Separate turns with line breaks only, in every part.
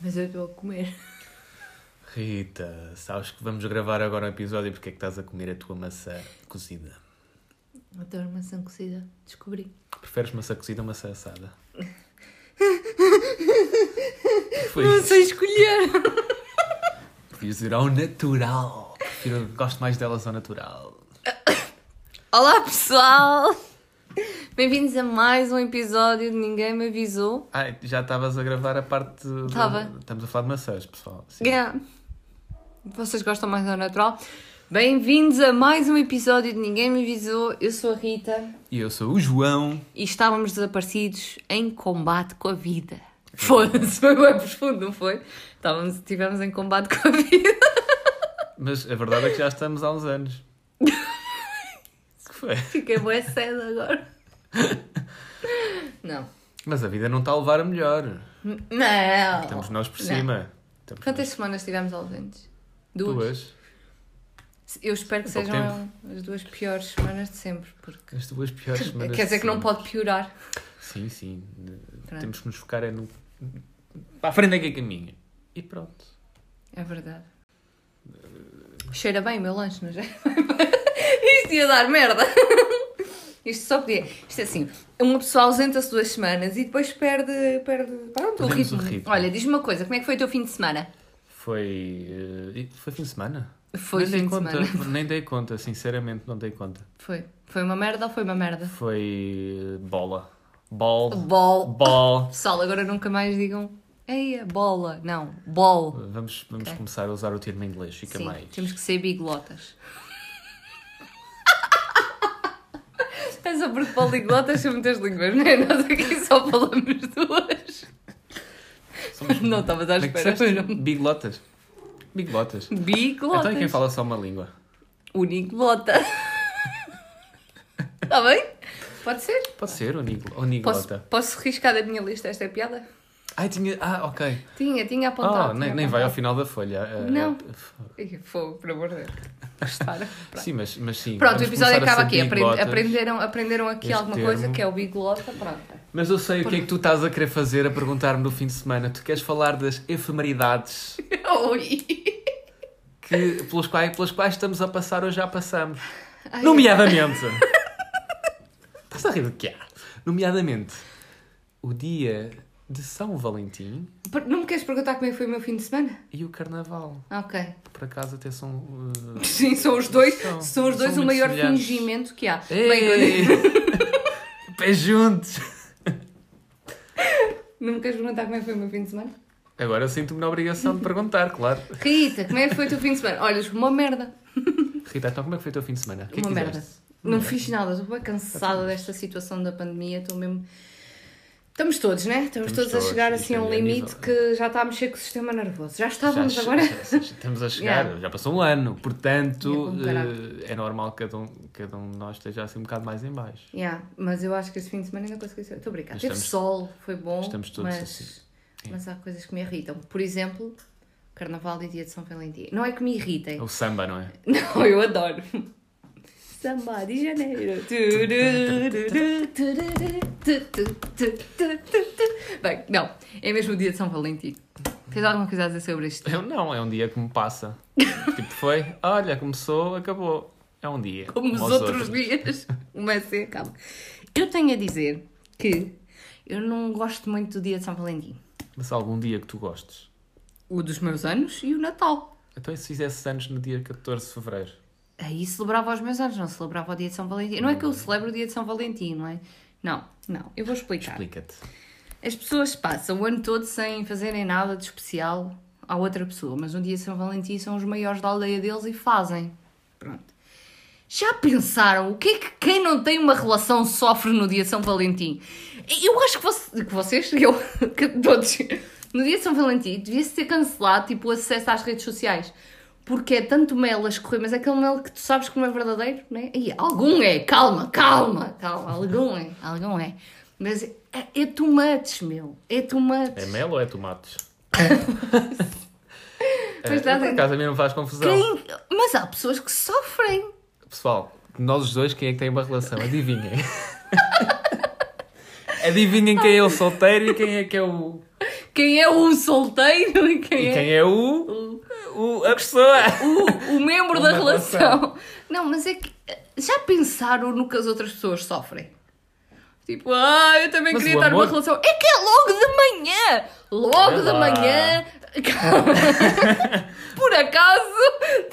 Mas é eu estou a comer.
Rita, sabes que vamos gravar agora um episódio porque é que estás a comer a tua maçã cozida.
Adoro maçã cozida. Descobri.
Preferes maçã cozida ou maçã assada? Foi
Não
isso.
sei escolher.
Devias ir ao natural. Prefiro, gosto mais delas ao natural.
Olá pessoal! Bem-vindos a mais um episódio de Ninguém Me Avisou.
Ah, já estavas a gravar a parte. de-
Estava.
Estamos a falar de maçãs, pessoal. Sim.
Yeah. Vocês gostam mais do natural? Bem-vindos a mais um episódio de Ninguém Me Avisou. Eu sou a Rita
E eu sou o João.
e estávamos desaparecidos em combate com a vida. Foda-se, foi bem profundo, não foi? Estávamos, estivemos em combate com a vida.
Mas a verdade é que já estamos há uns anos. que foi?
Fiquei boa cedo agora. Não.
Mas a vida não está a levar a melhor.
Não!
Estamos nós por
Não.
cima. Estamos
Quantas semanas tivemos ausentes?
nós
Duas.
duas?
Eu espero que
Pouco
sejam as duas piores semanas de sempre, porque
As duas piores semanas.
quer dizer
de
que não
sempre.
pode piorar.
Sim, sim. De-
Pronto.
Temos que nos focar é no. Para a frente é que é caminho. E pronto.
É verdade.
Eh,
Cheira bem o meu lanche, não já? Isto ia dar merda. Isto só podia. Isto é assim, uma pessoa ausenta-se duas semanas e depois perde, perde pronto, o,
Perdemos o
ritmo.
ritmo.
Olha, diz-me uma coisa, como é que foi o teu fim de semana?
Foi. eh, e- Foi fim de semana?
Foi
nem dei
fim de
conta,
semana.
Nem dei conta, sinceramente, não dei conta.
Foi. Foi uma merda ou foi uma merda?
Foi. eh, Bola. Bol.
Bol.
Bol.
Pessoal, agora nunca mais digam Ei, bola. Não, bol.
Vamos, vamos
Ok.
começar a usar o termo em inglês, fica
Sim,
mais.
temos que ser biglotas. é só porque poliglotas são muitas línguas, não é? Nós aqui só falamos duas.
Somos-
Não estavas à
Como é que
espera.
disseste?
pois não.
Biglotas. Biglotas.
Biglotas.
Então é quem fala só uma língua.
Uniglota. Está bem? Pode ser?
Pode ser, oniglo-
Posso,
oniglota.
posso riscar da minha lista esta piada?
Ai, tinha. Ah, ok.
Tinha, tinha apontado.
Ah, nem,
tinha
nem vai ao
apontado.
final da folha. eh,
Não.
eh,
Ih, Fogo, por amor de Deus. Gostaram? Pronto.
Sim, mas, mas sim.
Pronto, o
vamos
episódio
começar a
acaba
ser
aqui. Apre-
biglotas.
aprenderam, aprenderam aqui
Este
alguma coisa
termo.
que é o biglota. Pronto.
Mas eu sei o que é que tu estás a querer fazer a perguntar-me no fim de semana. Tu queres falar das efemeridades
Oi.
que, pelas, quais, pelas quais estamos a passar ou já passamos.
Ai,
Nomeadamente. Estás a rir do que há? Nomeadamente, o dia de São Valentim
per- Não me queres perguntar como é que foi o meu fim de semana?
e o Carnaval.
Ah, Ok.
que Por acaso até são. uh,
Sim, são os dois,
São-
são, os dois
são
o
muito
maior
semelhantes.
fingimento que há.
eh, Ei!
Bem,
Pés juntos!
não me queres perguntar como é que foi o meu fim de semana?
Agora sinto-me na obrigação de perguntar, claro.
Rita, como é que foi o teu fim de semana? Olha, uma merda.
Rita, então como é que foi o teu fim de semana? O que é que
uma merda.
fizeste?
Não fiz nada, estou bem cansada desta situação da pandemia, estou mesmo. Estamos todos, né? Estamos,
Estamos
todos,
todos,
a chegar
isto
assim a um
é
limite
nível-
que já está a mexer com o sistema nervoso. Já estávamos
Já-
Tá agora.
já- já estamos a chegar,
Yeah.
já passou um ano, portanto
É bom, caralho.
eh, é normal que cada um, cada um de nós esteja assim um bocado mais em baixo.
Yeah, mas eu acho que este fim de semana ainda consegui ser. Estou a brincar.
Mas
Teve
estamos-
sol, foi bom.
estamos todos
mas,
assim.
Mas há coisas que me irritam. Por exemplo, Carnaval e Dia de São Valentim. Não é que me irritem.
É o samba, não é?
Não, eu adoro. Samba de Janeiro. Tururu, tururu, tu, tu, tu, tu, tu, tu. Bem, não. É mesmo o Dia de São Valentim. Tens alguma coisa a dizer sobre isto?
Eu não, é um dia que me passa. tipo, foi, olha, começou, acabou. É um dia.
Como os
aos
outros dias. Começa e acaba. Eu tenho a dizer que eu não gosto muito do Dia de São Valentim.
Mas algum dia que tu gostes.
o dos meus anos e o Natal.
Então e se fizesse anos no dia 14 de Fevereiro?
Aí celebrava os meus anos, não celebrava o dia de São Valentim. Não é que eu celebro o dia de São Valentim, não é? Não, não, eu vou explicar.
Explica-te.
As pessoas passam o ano todo sem fazerem nada de especial à outra pessoa, mas no dia de São Valentim são os maiores da aldeia deles e fazem. Pronto. Já pensaram o que é que quem não tem uma relação sofre no dia de São Valentim? Eu acho que, voce- que vocês, eu, que todos, no dia de São Valentim devia-se ter cancelado tipo, o acesso às redes sociais. Porque é tanto mel a escorrer, mas é aquele mel que tu sabes que não é verdadeiro, não é? E algum é, calma, calma, calma, algum é, algum é. Mas é, é tomates, meu, é tomates.
É mel ou é tomates?
Pois
Eh,
dá,
por
dá.
acaso a mim não faz confusão.
Quem- Mas há pessoas que sofrem.
Pessoal, de nós os dois, quem é que tem uma relação? Adivinhem. Adivinhem quem é o solteiro e quem é que é o.
Quem é o solteiro e quem,
E
é,
quem é o.
o,
o a pessoa.
o, o membro da
Uma relação.
relação. Não, mas é que eh, já pensaram no que as outras pessoas sofrem? Tipo, ah, eu também
Mas
queria
o
estar numa
amor-
relação. É que é logo de manhã! Logo
Olha
de
lá.
manhã! Por acaso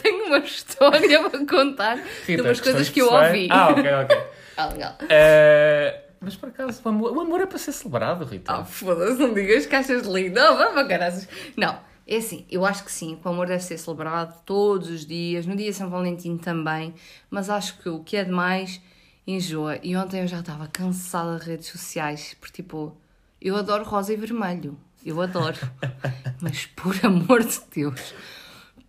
tenho uma história para contar de
Rita,
umas coisas
questões
que eu
pessoais.
ouvi.
Ah, ok, ok.
Ah, legal.
Eh, mas por acaso, o amor, o amor é para ser celebrado, Rita.
Ah, foda-se, não digas que achas lindo. Oh, vá para caraças. Não, é assim, eu acho que sim, que o amor deve ser celebrado todos os dias, no dia de São Valentim também, mas acho que o que é demais enjoa. E ontem eu já estava cansada de redes sociais, porque tipo, eu adoro rosa e vermelho, eu adoro, mas por amor de Deus,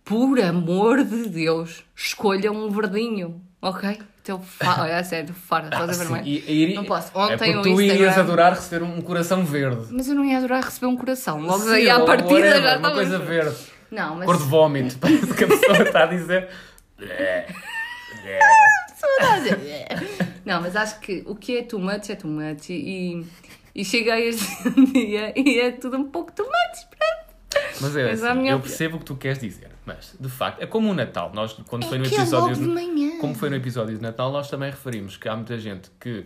por amor de Deus, escolham um verdinho, ok? Então, fa- olha, a sério, farda, rosa e
Ah, Sim,
vermelho.
Assim, e- e-
é Não posso.
é
Ontem
porque
o
tu
Instagram...
irias adorar receber um, um coração verde.
Mas eu não ia adorar receber um coração. Logo
Sim,
aí à
ou
partida já
whatever, Uma
estava.
coisa verde.
Não, mas.
Cor de vómito. Parece que a pessoa está a dizer.
é. Não, mas acho que o que é too much é too much. E, e chega a este dia e é tudo um pouco too much. Pronto.
Mas é
Mas
assim,
a minha
eu
opinião-
percebo o que tu queres dizer, mas de facto, é como o Natal, nós quando foi no
que é logo
episódio
de manhã.
como foi no episódio de Natal, nós também referimos que há muita gente que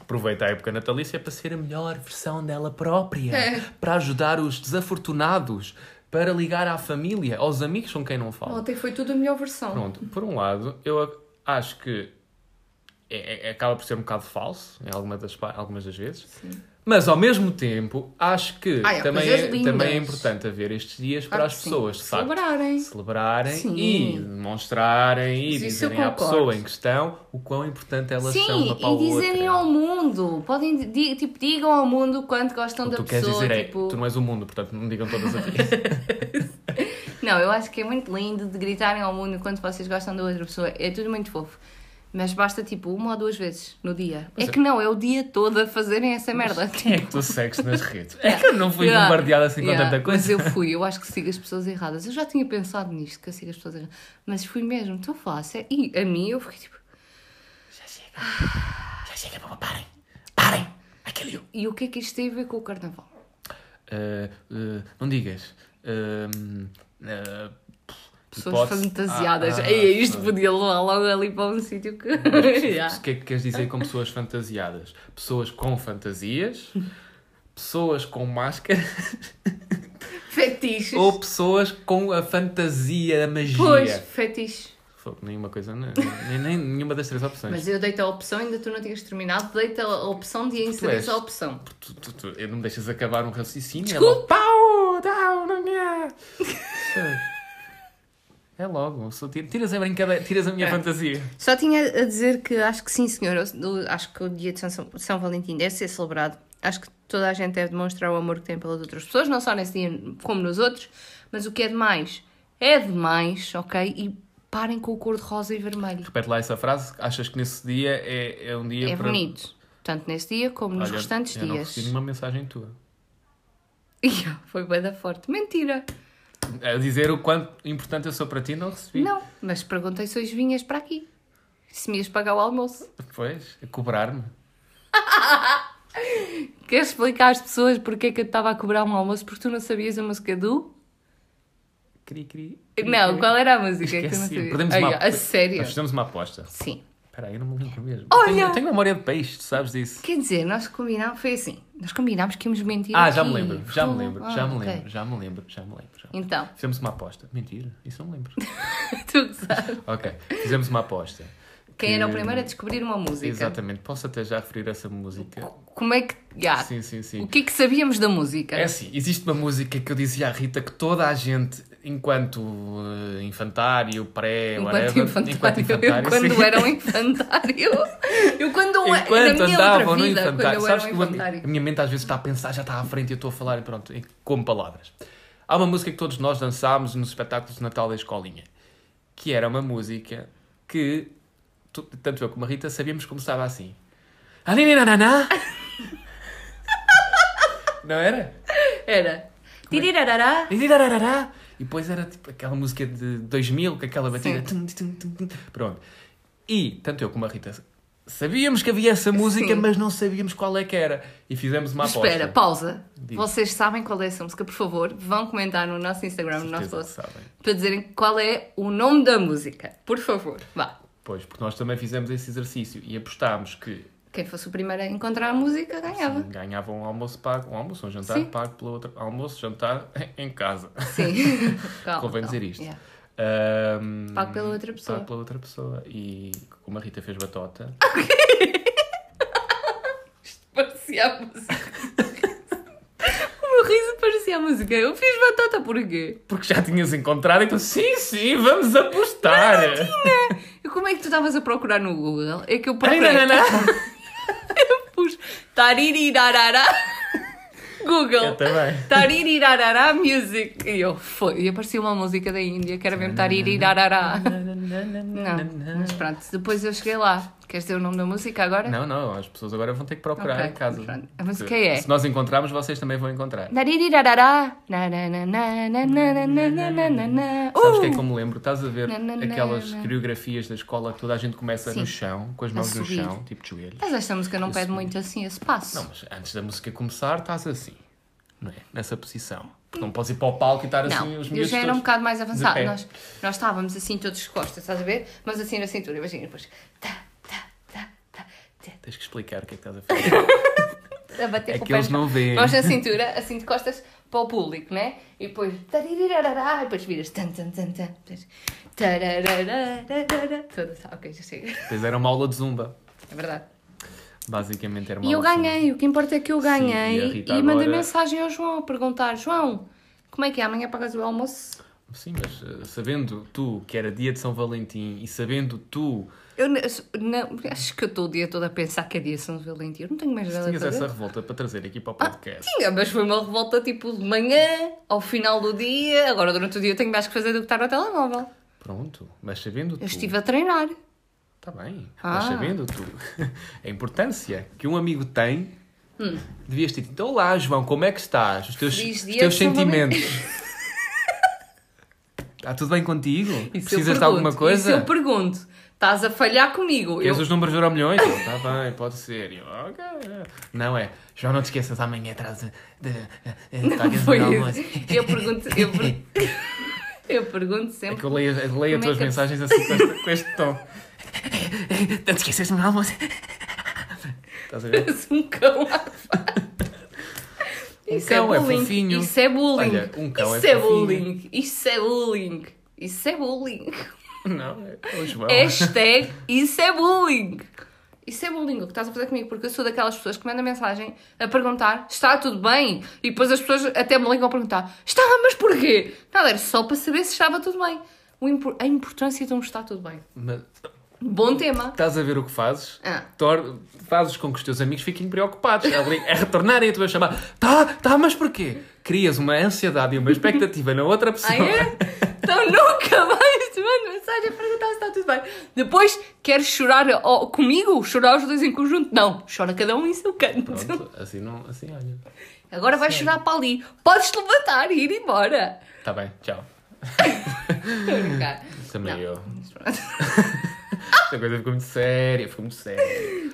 aproveita a época natalícia para ser a melhor versão dela própria,
É.
para ajudar os desafortunados, para ligar à família, aos amigos com quem não fala.
Ontem foi tudo a melhor versão.
Pronto, por um lado, eu a- acho que é- é- acaba por ser um bocado falso em alguma das pa- algumas das vezes. Mas ao mesmo tempo, acho que
Ah, é,
também,
coisas
é,
lindas.
também é importante haver estes dias
Claro
para
que
as
Ah, sim.
pessoas de facto,
Celebrarem.
celebrarem
Sim.
e demonstrarem e
Mas isso eu
dizerem à
concordo.
pessoa em questão o quão importante elas são
Sim,
uma para a
e dizerem ao
outra.
mundo. Podem, di- tipo, digam ao mundo quanto gostam
O que
da
tu queres
pessoa.
dizer é,
tipo...
tu não és o mundo, portanto não digam todas a ti.
Não, eu acho que é muito lindo de gritarem ao mundo quando vocês gostam da outra pessoa. É tudo muito fofo. Mas basta tipo uma ou duas vezes no dia. é que não, é o dia todo a fazerem essa merda. tipo.
Quem é que tu segues nas redes? É que eu não fui
Yeah,
bombardeada assim
yeah,
com tanta coisa.
Mas eu fui, eu acho que sigo as pessoas erradas. Eu já tinha pensado nisto, que eu sigo as pessoas erradas. Mas fui mesmo, tão fácil. E a mim eu fiquei tipo.
Já chega. Já chega, papá, parem. Parem. Aquele eu.
E o que é que isto tem a ver com o carnaval?
Eh, não digas. Ahm, ah,
Pessoas
hipótese-
fantasiadas.
Ah, ah,
Ei, isto
ah.
podia levar logo ali para um sítio que. Yeah.
O que é que queres dizer com pessoas fantasiadas? Pessoas com fantasias, pessoas com máscara
Fetiches.
ou pessoas com a fantasia, a magia.
Pois, fetiches.
Fogo, nenhuma coisa, nem, nem- nem nenhuma das três opções.
Mas eu deito a opção, ainda tu não tinhas terminado, deito a opção de inserir
és-
a opção.
Tu, tu, tu- eu não me deixas acabar um raciocínio. É logo,
Desculpa.
pau, dá, não me é. É logo, só ti- tiras a brincadeira, tiras a minha
É.
fantasia.
Só tinha a dizer que acho que sim, senhor. eu- eu acho que o dia de São, São Valentim deve ser celebrado. Acho que toda a gente deve demonstrar o amor que tem pelas outras pessoas, não só nesse dia como nos outros. Mas o que é demais é demais, ok? E parem com o cor de rosa e vermelho.
Repete lá essa frase, achas que nesse dia é, é um dia
É
para...
bonito. Tanto nesse dia como nos
Olha,
restantes
eu não recebi
dias.
nenhuma mensagem tua.
Ia, Foi bem da forte. Mentira!
A dizer o quanto importante eu sou para ti, não recebi.
Não, mas perguntei se hoje vinhas para aqui. Se me ias pagar o almoço.
Pois, a cobrar-me.
Queres explicar às pessoas porque é que eu estava a cobrar um almoço? Porque tu não sabias a música do.
Cri, cri, cri,
Não,
cri.
qual era a música que tu não
Esqueci.
sabias?
Perdemos
Ai,
uma...
A sério?
Nós fizemos uma aposta.
Sim.
Espera aí, eu não me lembro mesmo.
Olha!
Tenho, eu tenho memória de peixe, tu sabes disso.
Quer dizer, nós combinámos, foi assim, nós combinámos que íamos mentir.
Ah, já
aqui.
me lembro, já me lembro,
Ah,
já me
ok.
lembro, já me lembro, já me lembro. já me lembro.
Então,
Fizemos uma aposta. Mentira, isso eu não me lembro.
tu sabes.
ok, fizemos uma aposta.
Quem era o
Que-
primeiro a descobrir uma música?
Exatamente, posso até já referir essa música.
Como é que. já,
Sim, sim, sim.
O que é que sabíamos da música?
É assim, existe uma música que eu dizia à Rita que toda a gente, enquanto eh, infantário, pré,
Enquanto
whatever,
infantário,
é enquanto infantário,
eu quando
sim.
era um infantário, eu quando eu era
Enquanto
na minha
andavam
outra vida,
no
quando
infantário,
eu
sabes
era um
que o- a
infantário.
minha mente às vezes está a pensar, já está à frente e eu estou a falar e pronto, e como palavras. Há uma música que todos nós dançámos nos espetáculos de Natal da Escolinha, que era uma música que tu- tanto eu como a Rita sabíamos que começava assim. Aninanananá! Não era? é
Era. Tirirarará.
E E depois era tipo aquela música de 2000 com aquela batida. Tum, tum, tum, tum. Pronto. E tanto eu como a Rita sabíamos que havia essa música,
Sim.
mas não sabíamos qual é que era. E fizemos uma aposta.
Espera, pausa.
Diz.
Vocês sabem qual é essa música, por favor, vão comentar no nosso Instagram, no nosso
Certeza que
post,
sabem.
para dizerem qual é o nome da música. Por favor, vá.
Pois, porque nós também fizemos esse exercício e apostámos que
Quem fosse o primeiro a encontrar a música ganhava.
sim, ganhava um almoço pago, um almoço, um jantar
Sim.
pago pelo outro almoço, jantar em casa.
Sim. Calma,
Convém
calma.
dizer isto.
Yeah.
Ahm,
Pago pela outra pessoa.
Pago pela outra pessoa. E como a Rita fez batota,
Parecia a música. o meu riso parecia a música. Eu fiz batata porquê?
porque já tinhas encontrado, então sim, sim, vamos apostar.
E como é que tu estavas a procurar no Google? É que eu
Ai,
procurei.
não, não, não.
Eu pus taririrarará
Eu
Google.
também.
Taririrarará music. E eu foi. E aparecia uma música da Índia que era mesmo taririrarará. Não, mas pronto, depois eu cheguei lá. Queres dizer o nome da música agora?
Não, não, as pessoas agora vão ter que procurar
Ok,
em casa.
pronto. A música
Porque
é? Uh!
Se nós encontrarmos, vocês também vão encontrar.
Taririrarará. Na, na, na, na, na, na, na, na, na, na, na.
Sabes o que é
Uh!
que eu me lembro? Estás a ver
Na, na, na,
aquelas
na.
coreografias da escola que toda a gente começa
Sim.
no chão, com as
A
mãos no
subir.
chão, tipo de joelhos.
Mas esta música não pede muito assim esse passo.
Não, mas antes da música começar, estás assim, não é? Nessa posição. Porque não podes ir para o palco e estar assim os
eu
miúdos
já era um
todos.
bocado mais avançado.
pé.
Nós, nós estávamos assim todos de costas, estás a ver? Mas assim na cintura, imagina, depois. Tá, tá, tá, tá, tá,
Tens que explicar o que é que estás a fazer.
a bater
É
com o
que
pé
eles
no chão.
não veem.
Nós na cintura, assim de costas para o público, né? E depois. taririrarará, E depois viras. Tan, tan, tan, tan, depois, tarararararara, Toda, tá, ok, já chega.
Depois era uma aula de zumba.
É verdade.
Basicamente era uma
E eu
aula de zumba.
ganhei, o que importa é que eu
Sim, e a
ganhei.
Rita
e mandei
agora-
mensagem ao João a perguntar: João, como é que é? Amanhã pagas o almoço?
Sim, mas eh, sabendo tu que era dia de São Valentim e sabendo tu
Eu ne- s- não, acho que eu estou o dia todo a pensar que é dia São Valentim. Eu não tenho mais
que
nada a Ah,
tinhas
fazer.
essa revolta para trazer aqui para o podcast.
Tinha, mas foi uma revolta tipo de manhã, ao final do dia. Agora durante o dia eu tenho mais que fazer do que estar no telemóvel.
Pronto, mas sabendo tu.
Eu estive a treinar.
Está bem,
Ah.
mas sabendo tu a importância que um amigo tem, devias ter dito: Olá, João, como é que estás? Os teus,
Hum. Feliz
os
dia
teus
de São Valentim."
sentimentos. Está tudo bem contigo?
Isso eu
Precisas de
pergunto.
alguma
Isso eu
coisa?
pergunto. Estás a falhar comigo. Eu...
Queres os números de Euromilhões? Está tá bem, pode ser. Eu, "Ok." Não é, João, não te esqueças, amanhã traz. de- de- de-
Não
pagas Tá, o
foi
almoço."
isso. Eu pergunto, eu, per- eu pergunto
É que
sempre.
eu leio, eu leio as
Como é
tuas
que eu-
mensagens assim com este, com este tom. Não te esqueças do meu almoço. Estás a ver?
Parece um cão à
Um cão é fofinho.
Isso é bullying.
Olha, um cão
Isso
é
é,
fofinho.
bullying. Isso é bullying. Isso é bullying.
Não, é o João.
Hashtag isso é bullying. Isso é bullying o que estás a fazer comigo, porque eu sou daquelas pessoas que mandam mensagem a perguntar está tudo bem? E depois as pessoas até me ligam a perguntar está, mas porquê? Nada, era só para saber se estava tudo bem. O impor- a importância de um está tudo bem.
Mas
Bom tema.
estás a ver o que fazes?
Ah.
Tor- fazes com que os teus amigos fiquem preocupados a, li- a retornarem a tua chamada. Tá, tá, mas porquê? Crias uma ansiedade e uma expectativa na outra pessoa.
Ah, é? Então nunca mais te mando mensagem a perguntar se está tudo bem. Depois, queres chorar ó, comigo? Chorar os dois em conjunto? Não, chora cada um em seu canto.
Pronto, assim não, assim olha.
Agora vais chorar para ali. Podes te levantar e ir embora.
Tá bem, tchau.
Estou a brincar.
Também
Não.
eu.
Mas pronto.
Esta coisa ficou muito séria, ficou muito séria.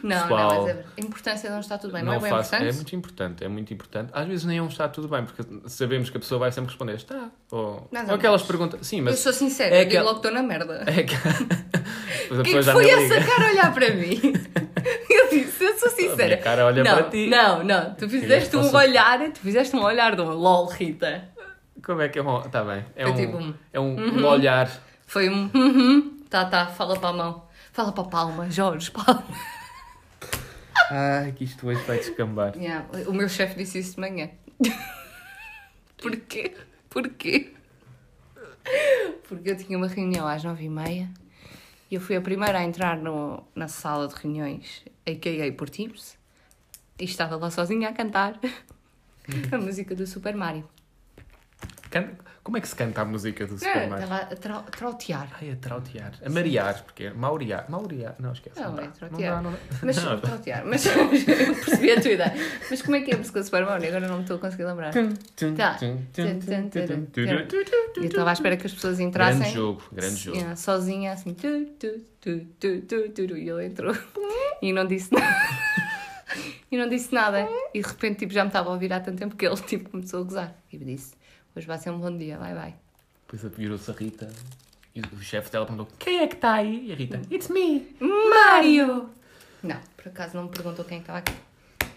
Não,
Pessoal,
não, mas é- a importância de não está tudo bem. Não, é
Não
bem
faço, é
importante?
muito importante, é muito importante. Às vezes nem um está tudo bem, porque sabemos que a pessoa vai sempre responder está. Ou,
Mais
ou
ou
aquelas perguntas. Sim,
Eu
mas.
sou sincera,
é
eu digo
aquela-
logo que estou na merda.
É que... Mas a
O que é
pessoa
que
já
foi
nem
essa
liga.
cara a olhar para mim? Eu disse, eu sou sincera.
minha cara olha
não,
para ti.
Não, não, tu fizeste um
posso-
olhar, tu fizeste um olhar de um lol, Rita.
Como é que é um. Tá bem. É
Foi
um,
tipo um-
é um, um olhar.
Foi um uhum, tá, tá, fala para a mão. Fala para a palma, Jorge, palma.
Ai, que isto hoje vai descambar.
Yeah, o meu chefe disse isso de manhã. Porquê? Porquê? Porque eu tinha uma reunião às nove e meia e eu fui a primeira a entrar no- na sala de reuniões, a.k.a. por Teams, e estava lá sozinha a cantar a música do Super Mario.
Can- Como é que se canta a música do
Não,
Super Mario?
estava a trau- trautear.
Ai, a trautear. A marear, porque maurear. Maurear. Não, esquece.
Não,
dá.
é trautear.
Não dá, não dá.
Mas,
Não.
trautear, mas eu percebi a tua ideia. Mas como é que é a música do Super Mario? Agora não me estou a conseguir lembrar. Eu Tá. estava à espera que as pessoas entrassem.
Grande jogo, grande jogo.
Yeah, sozinha, assim. Tu, tu, tu, tu, tu, tu, tu, e ele entrou. E não disse nada. E não disse nada. E de repente tipo, já me estava a ouvir há tanto tempo que ele tipo, começou a gozar. E me disse: Hoje vai ser um bom dia, vai, vai.
Depois virou-se a Rita e o chefe dela perguntou: Quem é que está aí? E a Rita: It's me!
Mário! Não, por acaso não me perguntou quem é estava aqui.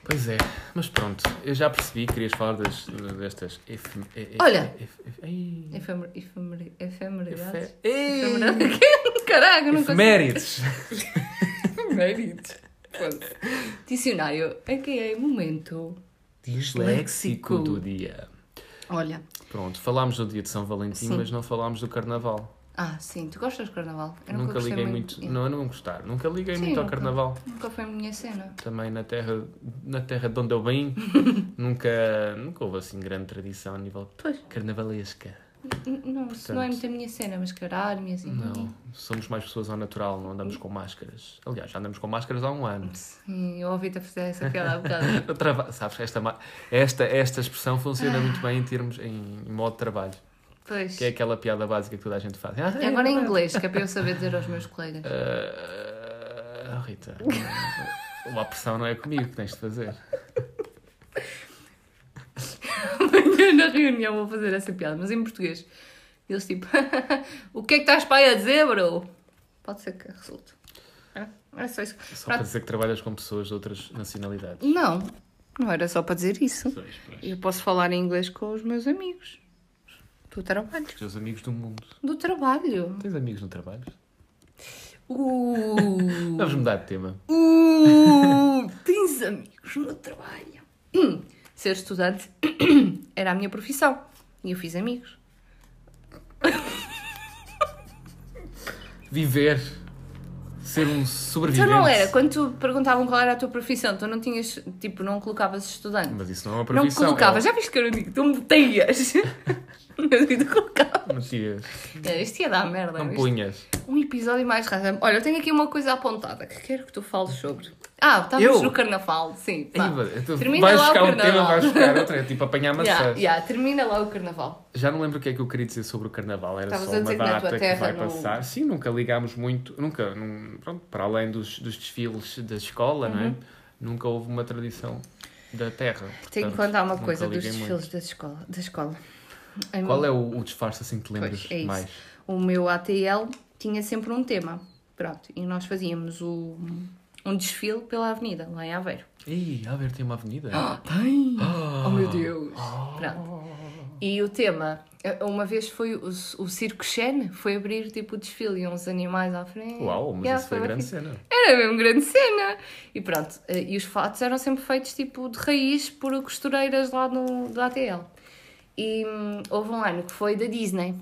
Pois é, mas pronto, eu já percebi que querias falar das, destas. efem- e- e-
Olha! é
ef- ef- ei,
Efemer- efemer- Efemeridades.
efe- ei,
Efemeridades. Caraca, eu não consigo.
Efemérides!
Efemérides. Foda-se. Dicionário, a.k.a. momento.
Disléxico do dia.
Olha.
Pronto, falámos do dia de São Valentim,
Sim.
mas não falámos do Carnaval.
Ah, sim, tu gostas de carnaval? Eu
nunca
gostei
liguei muito.
Yeah.
Não, eu não gostar. Nunca liguei
Sim,
muito ao
nunca.
Carnaval.
Nunca foi a minha cena.
Também na terra, na terra de onde eu vim, nunca, nunca houve assim grande tradição a nível carnavalesca.
N- Não, isso não é muito a minha cena, mas caralho, minha cena.
Não, somos mais pessoas ao natural, não andamos com máscaras. Aliás, já andamos com máscaras há um ano.
Sim, eu ouvi-te a fazer essa piada há bocado.
Eu trava- Sabes, esta, ma- esta, esta expressão funciona
Ah.
muito bem em termos em modo de trabalho,
Pois.
que é aquela piada básica que toda a gente faz. Ah, é,
Agora em inglês, que é para eu saber dizer aos meus colegas.
ah, ah, Rita, uma pressão não é comigo que tens de fazer.
Amanhã na reunião vou fazer essa piada, mas em português. Eles tipo, o que é que estás para aí a dizer, bro? Pode ser que resulte. Ah, Era só isso.
É Só
Pronto.
para dizer que trabalhas com pessoas de outras nacionalidades.
Não, não era só para dizer isso.
Pois, pois.
Eu posso falar em inglês com os meus amigos. Do trabalho.
Teus amigos do mundo.
Do trabalho.
Tens amigos no trabalho?
Uh.
Vamos mudar de tema.
Uh, tens amigos no trabalho. Hum, Ser estudante era a minha profissão. E eu fiz amigos.
Viver. Ser um sobrevivente.
Então não era, quando tu perguntavam qual era a tua profissão, tu não tinhas, tipo, não colocavas estudante.
Mas isso não é uma
não
profissão.
colocavas,
é
já viste que eu não digo, tu me teias. Mas tu colocavas.
uma- Matias,
É, Isto ia dar merda.
Não
isto-
punhas.
Um episódio mais random. Olha, eu tenho aqui uma coisa apontada que quero que tu fales sobre. Ah, estávamos
Eu?
no carnaval, sim. pá.
Ei, tu
Termina
vais
lá o
buscar um tema,
carnaval.
vais buscar outro. É tipo apanhar maçãs.
Yeah, yeah, termina lá o carnaval.
Já não lembro o que é que eu queria dizer sobre o carnaval. Era
Estavas
só
a
uma
dizer que na tua
data que
terra
vai
não-
passar. Sim, nunca ligámos muito. Nunca. num- pronto, para além dos, dos desfiles da escola, não
Uhum.
é? Nunca houve uma tradição da terra.
Tenho que
Portanto,
contar uma
nunca
coisa dos
liguei muito.
desfiles da escola. Da escola.
Qual é o, o disfarce assim que te lembras
é isso.
mais?
O meu ATL tinha sempre um tema. Pronto, e nós fazíamos o- um desfile pela avenida, lá em Aveiro.
Ih, Albert tem uma avenida.
Tem!
Ah.
Oh meu Deus! Pronto. E o tema, eh, uma vez foi o, o Circo Xen, foi abrir tipo o desfile e uns animais à frente.
Uau, mas
Yeah,
isso foi
bem
grande
fixe.
cena.
Era mesmo grande cena. E pronto, eh, e os fatos eram sempre feitos tipo de raiz por costureiras lá no, do ATL. E hum, houve um ano que foi da Disney.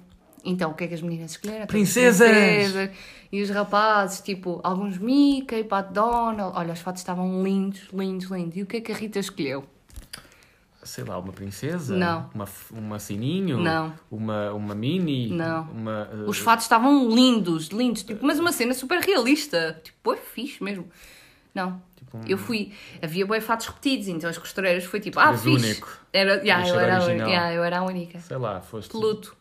Então, o que é que as meninas escolheram?
Princesas!
Princesas. E os rapazes, tipo, alguns Mickey, Pat Donald. Olha, os fatos estavam lindos, lindos, lindos. E o que é que a Rita escolheu?
Sei lá, uma princesa?
Não.
Uma, f- uma sininho?
Não.
Uma, uma mini?
Não.
Uma, eh,
Os fatos estavam lindos, lindos, tipo, mas uma cena super realista. Tipo, é fixe mesmo. Não.
Tipo um-
Eu fui. Havia boi fatos repetidos, então as costureiras foi tipo, ah,
eras
fixe.
único.
Era, yeah,
Mas
eu,
era
era a
original.
única, yeah, eu era a única.
Sei lá, foste... Ah,
Pluto.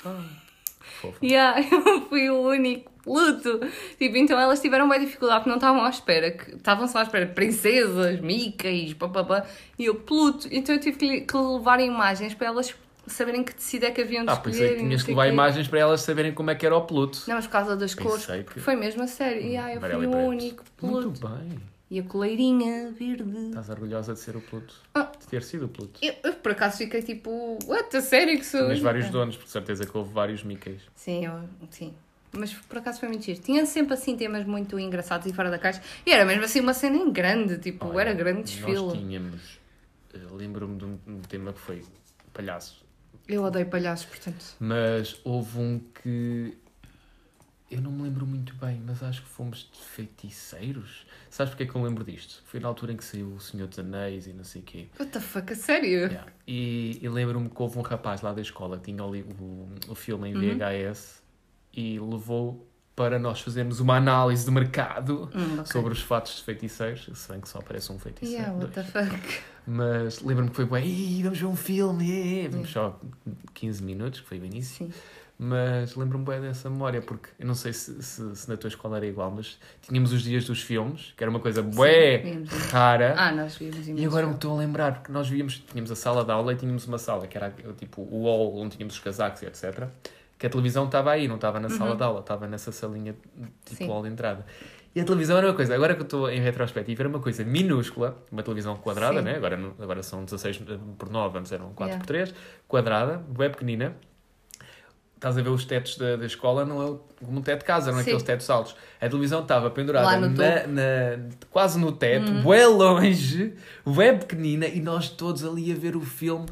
Fofa.
Yeah, eu fui o único. Pluto. Tipo, então elas tiveram bem dificuldade porque não estavam à espera. que- Estavam só à espera de princesas, micas, papapá. E eu, Pluto. Então eu tive que, lhe- que levar imagens para elas saberem que tecido é que haviam de
Ah,
escolher.
pensei que
e
tinhas
não
de
sei
levar
quê.
imagens para elas saberem como é que era o Pluto.
Não, mas por causa das
Pensei
cores.
que-
Foi mesmo a sério. E ah, eu fui
Amarelo e
o
preto.
único Pluto.
Muito Tá. bem.
E a coleirinha verde.
Estás orgulhosa de ser o Pluto.
Ah.
De ter sido o Pluto.
Eu, eu, por acaso fiquei tipo, what, a sério que sou?
Tinhas
eu?"
vários donos, por certeza que houve vários Mickeys.
Sim, eu, sim. Mas por acaso foi mentir. Tinha sempre assim temas muito engraçados e fora da caixa. E era mesmo assim uma cena em grande, tipo,
Olha,
era grande
Nós
desfile.
tínhamos... eh, Lembro-me de um- um tema que foi palhaço. um
Eu odeio palhaços, portanto.
Mas houve um que eu não me lembro muito bem, mas mas acho que fomos de feiticeiros. Sabes porque é que eu lembro disto? Foi na altura em que saiu O Senhor dos Anéis e não sei o quê.
What the fuck, a sério?
Yeah. E, e lembro-me que houve um rapaz lá da escola que tinha o, li- o, o filme em VHS e levou para nós fazermos uma análise de mercado
Hum, ok.
sobre os fatos de feiticeiros, se bem que só aparece um feiticeiro.
Yeah, what
dois.
the fuck.
Mas lembro-me que foi bem, "Ih, vamos ver um filme, eh." vimos só 15 minutos, que foi o início.
Sim.
Mas lembro-me bem dessa memória, porque eu não sei se, se- se na tua escola era igual, mas tínhamos os dias dos filmes, que era uma coisa bué
vimos.
rara.
Ah, nós vimos imenso.
E agora um me estou a lembrar, porque nós víamos, tínhamos a sala de aula e tínhamos uma sala, que era tipo o hall onde tínhamos os casacos e etc. Que a televisão estava aí, não estava na sala de aula, estava nessa salinha tipo
Uhum. Sim.
hall de entrada. E a televisão era uma coisa, agora que eu estou em retrospectiva, era uma coisa minúscula, uma televisão quadrada,
Sim.
né? agora, não- agora são 16 por 9, antes eram 4
Yeah.
um por 3, quadrada, bem pequenina. Estás a ver os tetos da, da escola, não é o- como um teto de casa, não é
Sim.
aqueles tetos altos. A televisão estava pendurada
Lá no Hum.
na- na- quase no teto, bué longe, bué pequenina, e nós todos ali a ver o filme.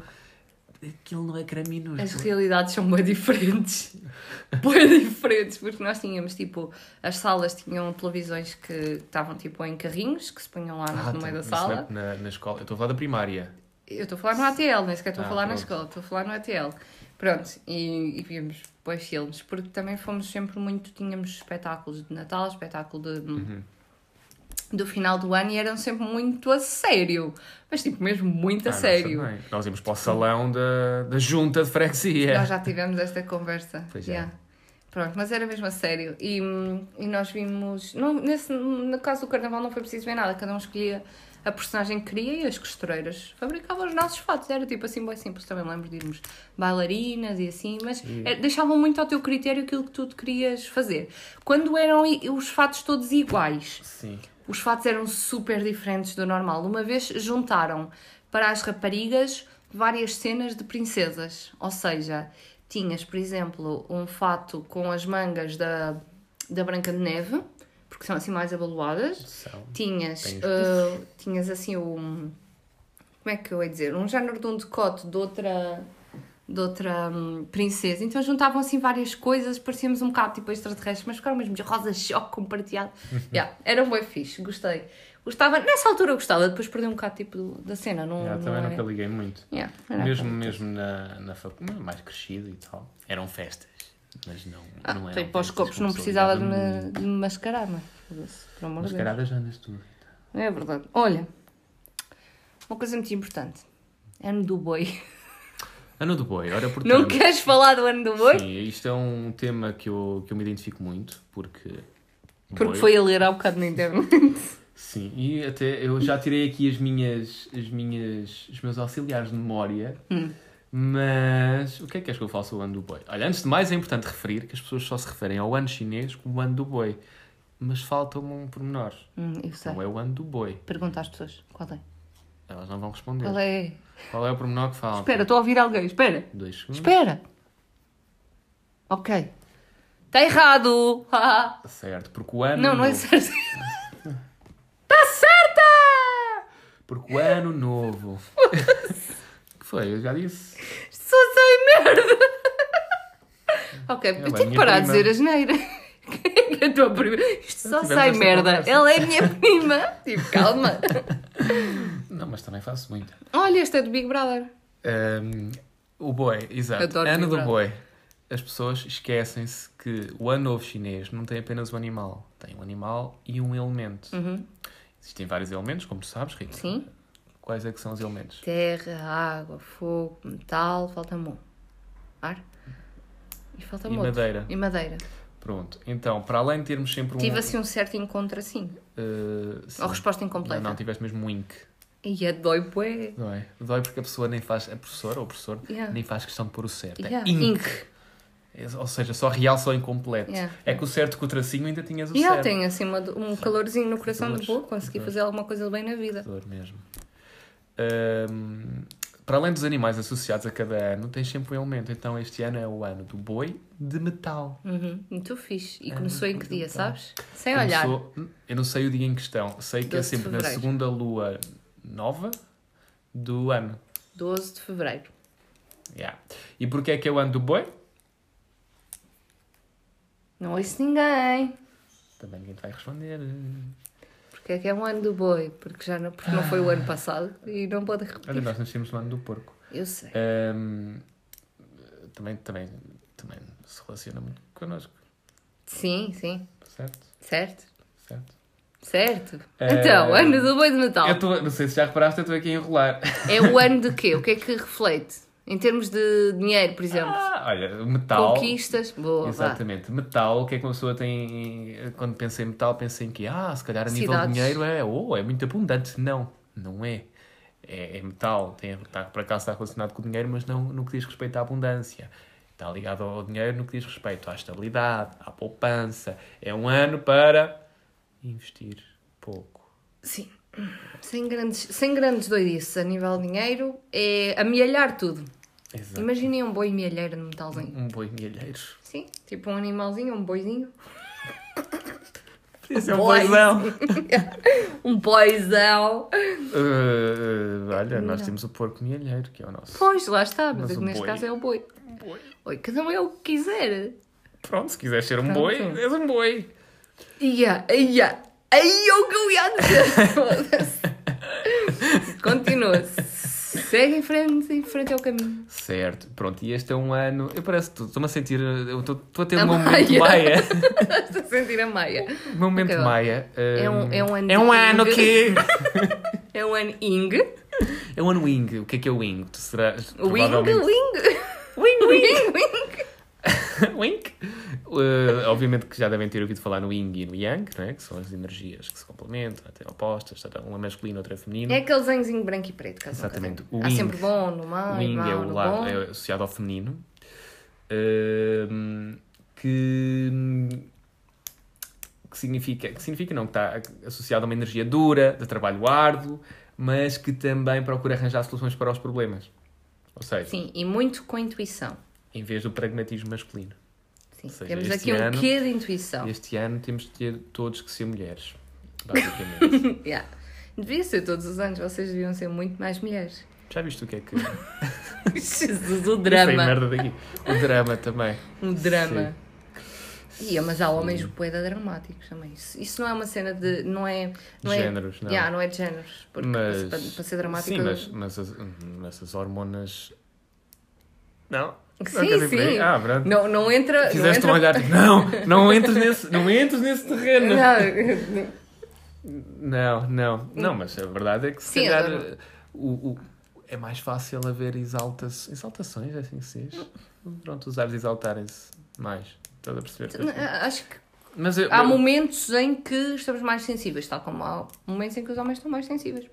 Aquilo não é craminúsculo.
As realidades são bem diferentes. bem diferentes, porque nós tínhamos tipo. As salas tinham televisões que estavam tipo em carrinhos, que se punham lá
Ah,
no- no meio
tá.
da sala.
é Na, na escola. Eu estou a falar da primária.
Eu estou a falar no ATL, nem sequer estou
é Ah,
a falar na
pronto.
escola, estou a falar no ATL. Pronto, e, e vimos depois filmes, porque também fomos sempre muito, tínhamos espetáculos de Natal, espetáculo de,
Uhum.
do final do ano e eram sempre muito a sério. Mas tipo, mesmo muito
Ah,
a
nós
sério.
também. Nós íamos para o salão da, da junta de freguesia.
Nós já tivemos esta conversa.
Pois é.
Yeah. Pronto, mas era mesmo a sério. E, hum, e nós vimos. Não, nesse, no caso do carnaval não foi preciso ver nada, cada um escolhia a personagem que queria e as costureiras fabricavam os nossos fatos. Era tipo assim, bem simples. Também lembro de irmos bailarinas e assim, mas eh, deixavam muito ao teu critério aquilo que tu te querias fazer. Quando eram i- os fatos todos iguais,
Sim.
os fatos eram super diferentes do normal. Uma vez juntaram para as raparigas várias cenas de princesas. Ou seja, tinhas, por exemplo, um fato com as mangas da, da Branca de Neve, porque são assim mais abaloadas.
São.
Tinhas,
Tens-
ah, tinhas assim um. Como é que eu ia dizer? Um género de um decote de outra. De outra hum, princesa, então juntavam assim várias coisas, parecíamos um bocado tipo extraterrestres, mas ficaram mesmo de rosa-choque com prateado. Yeah, era um bem fixe, gostei. Gostava, nessa altura eu gostava, depois perdi um bocado tipo do- da cena, não,
Já,
não
também
era-
nunca liguei muito.
Yeah, era
mesmo
aquela.
mesmo na, na faculdade, mais crescido e tal. Eram festas, mas não,
Ah,
não é um eram.
então, para os
festas
copos
com
não precisava de
personalidade.
me, de me mascarar, não é? Foda-se, Pelo amor de Deus.
Mascaradas andas tudo.
É verdade. Olha, uma coisa muito importante. Ano do boi.
Ano Ah, do boi, ora portanto.
Não queres falar do ano do boi?
Sim, isto é um tema que eu, que eu me identifico muito, porque.
Porque
boi-
foi a ler há bocado na internet.
Sim, e até eu já tirei aqui as minhas, as minhas, os meus auxiliares de memória,
Hum.
mas o que é que queres que eu fale sobre o ano do boi? Olha, antes de mais é importante referir que as pessoas só se referem ao ano chinês como o ano do boi, mas falta-me um pormenor.
Hum, eu sei.
Não é o ano do boi.
Pergunta às pessoas. Qual é?
Elas não vão responder.
Qual é?
Qual é o pormenor que falta?
Espera, estou a ouvir alguém. Espera.
Dois segundos.
Espera. Ok. Está errado. Ah.
Tá Certo, porque o ano
Não, não é
novo-
certo. Está certa!
Porque o ano novo. que foi? Eu já disse.
As pessoas são é merda! Ok,
Ela
eu
é
tenho que
minha
parar de
prima.
dizer a geneira. Quem é a tua prima? Isto só
Tivemos
sai
esta
merda.
conversa.
Ela é minha prima. Tipo, calma.
Não, mas também faço muito.
Olha, este é do Big Brother.
Ahm, o boi, exato.
Adoro
ano do
vibrar.
boi. As pessoas esquecem-se que o ano novo chinês não tem apenas um animal. Tem um animal e um elemento. Existem vários elementos, como tu sabes, Rita.
Uhum. Sim.
Quais é que são os elementos?
Terra, água, fogo, metal, falta-me um. Ar. E falta-me
E
outro.
madeira.
E madeira.
Pronto. Então, para além de termos sempre um...
Tive assim um certo encontro assim.
ah, sim.
Ou resposta
não,
incompleta.
não, tiveste mesmo um ink.
E é dói bué.
Dói. Dói porque a pessoa nem faz... A professora ou o professor
Yeah.
nem faz questão de pôr o certo.
Yeah.
É ink.
Ink.
É- Ou seja, só realça o incompleto.
Yeah.
É que o certo com o tracinho ainda tinhas o
E ela
certo.
tem assim uma- um calorzinho no coração de
Dores.
boa, consegui
Dores.
fazer alguma coisa bem na vida.
Dor mesmo. Ahm, para além dos animais associados a cada ano, tem sempre um elemento. Então este ano é o ano do boi de metal.
Uhum, muito fixe. E
É,
começou em que
muito
dia,
bom.
sabes? Sem É olhar.
Começou- eu não sei o dia em questão. Sei que é
12 de
sempre na
fevereiro.
segunda lua nova do ano.
12 de fevereiro.
Yeah. E porquê é que é o ano do boi?
Não ouço ninguém.
Também ninguém te vai responder.
Porque é que é um ano do boi, porque já não, porque não foi o ano passado e não pode
Olha,
repetir.
nós nascemos no ano do porco.
Eu sei.
Ahm, também, também, também se relaciona muito connosco,
Sim, sim.
certo?
Certo?
Certo.
Certo.
É.
Então, ano do boi de Natal.
Eu tô, não sei se já reparaste, eu estou aqui a enrolar.
É o ano de quê? O que é que reflete? Em termos de dinheiro, por exemplo.
Ah, olha, metal.
Conquistas. Boa, vá.
Exatamente. Metal, o que é que uma pessoa tem. Quando pensa em metal, pensa em que, ah, se calhar a nível de
Cidades.
dinheiro é, oh, é muito abundante. Não, não é. É, é metal, tem, está, por acaso está relacionado com o dinheiro, mas não no que diz respeito à abundância. Está ligado ao dinheiro no que diz respeito à estabilidade, à poupança. É um ano para investir pouco.
Sim. Sem grandes, sem grandes doidices a nível de dinheiro, é amealhar tudo.
Exato.
Imaginem um boi mielheiro no metalzinho.
Um boi milheiro.
Sim, tipo um animalzinho, um boizinho.
Isso é um
Boi.
boizão.
Um boizão.
Uh, uh, olha, nós temos o porco milheiro, que é o nosso.
Pois, lá está, mas,
Mas
é que
um
neste
boi.
caso é o boi. Oi, cada um é o que quiser.
Pronto, se quiseres ser um
Pronto.
boi, és um boi.
Ia, ia. Aí é o que eu ia dizer. Foda-se. Continua. Segue em frente, em frente ao caminho.
Certo, pronto, e este é um ano. Eu parece que estou-me a sentir. Eu estou estou a ter
A
um momento
É Maia.
maia.
Estou a sentir a Maia.
Um momento
Ok,
maia.
É um- é um ano
É um
de-
ano que.
É o ano Ing.
É um ano wing. O que é que é o wing? Tu serás.
Wing,
provavelmente-
wing. Wing, wing, wing.
Wing? Uh, obviamente que já devem ter ouvido falar no yin e no yang, não é? que são as energias que se complementam, até opostas, portanto, uma masculina, outra feminina.
É aquele zanzinho branco e preto. caso não
Exatamente.
casem.
O
Há
Ing.
sempre bom no
O
mal e
Ying é
mau
o
no
lado
bom.
é associado ao feminino. Ahm, que, que significa, que significa não, que está associado a uma energia dura, de trabalho árduo, mas que também procura arranjar soluções para os problemas. Ou seja,
Sim, e muito com intuição.
em vez do pragmatismo masculino.
Sim,
Ou seja,
temos
este
aqui um
ano-
quê de intuição.
Este ano temos de ter todos que ser mulheres, basicamente.
Yeah. Devia ser todos os anos, vocês deviam ser muito mais mulheres.
Já viste o que é que...
Jesus, o
Tem
drama.
merda daqui. O drama também.
Um drama. Ia, mas há homens poeda dramáticos também. Isso, isso não é uma cena de. Não é. Não é,
Géneros, não.
Yeah, não é de géneros. Porque
Mas-
para, para ser dramático.
Sim, mas, mas, as, mas as hormonas. Não?
Sim,
Não quer dizer por aí?
sim.
Ah, pronto.
Não, não entra. Não
Fizeste
entra...
um olhar tipo, não, não entres nesse, não entres nesse terreno. Não.
Não,
não, não, mas a verdade é que se
Sim,
calhar
adoro.
o, o- é mais fácil haver exalta exaltações, é assim que se diz. Pronto, os ares exaltarem-se mais. Estás a perceber?
acho que
Mas eu,
é- há
eu-
momentos em que estamos mais sensíveis, tal como há momentos em que os homens estão mais sensíveis.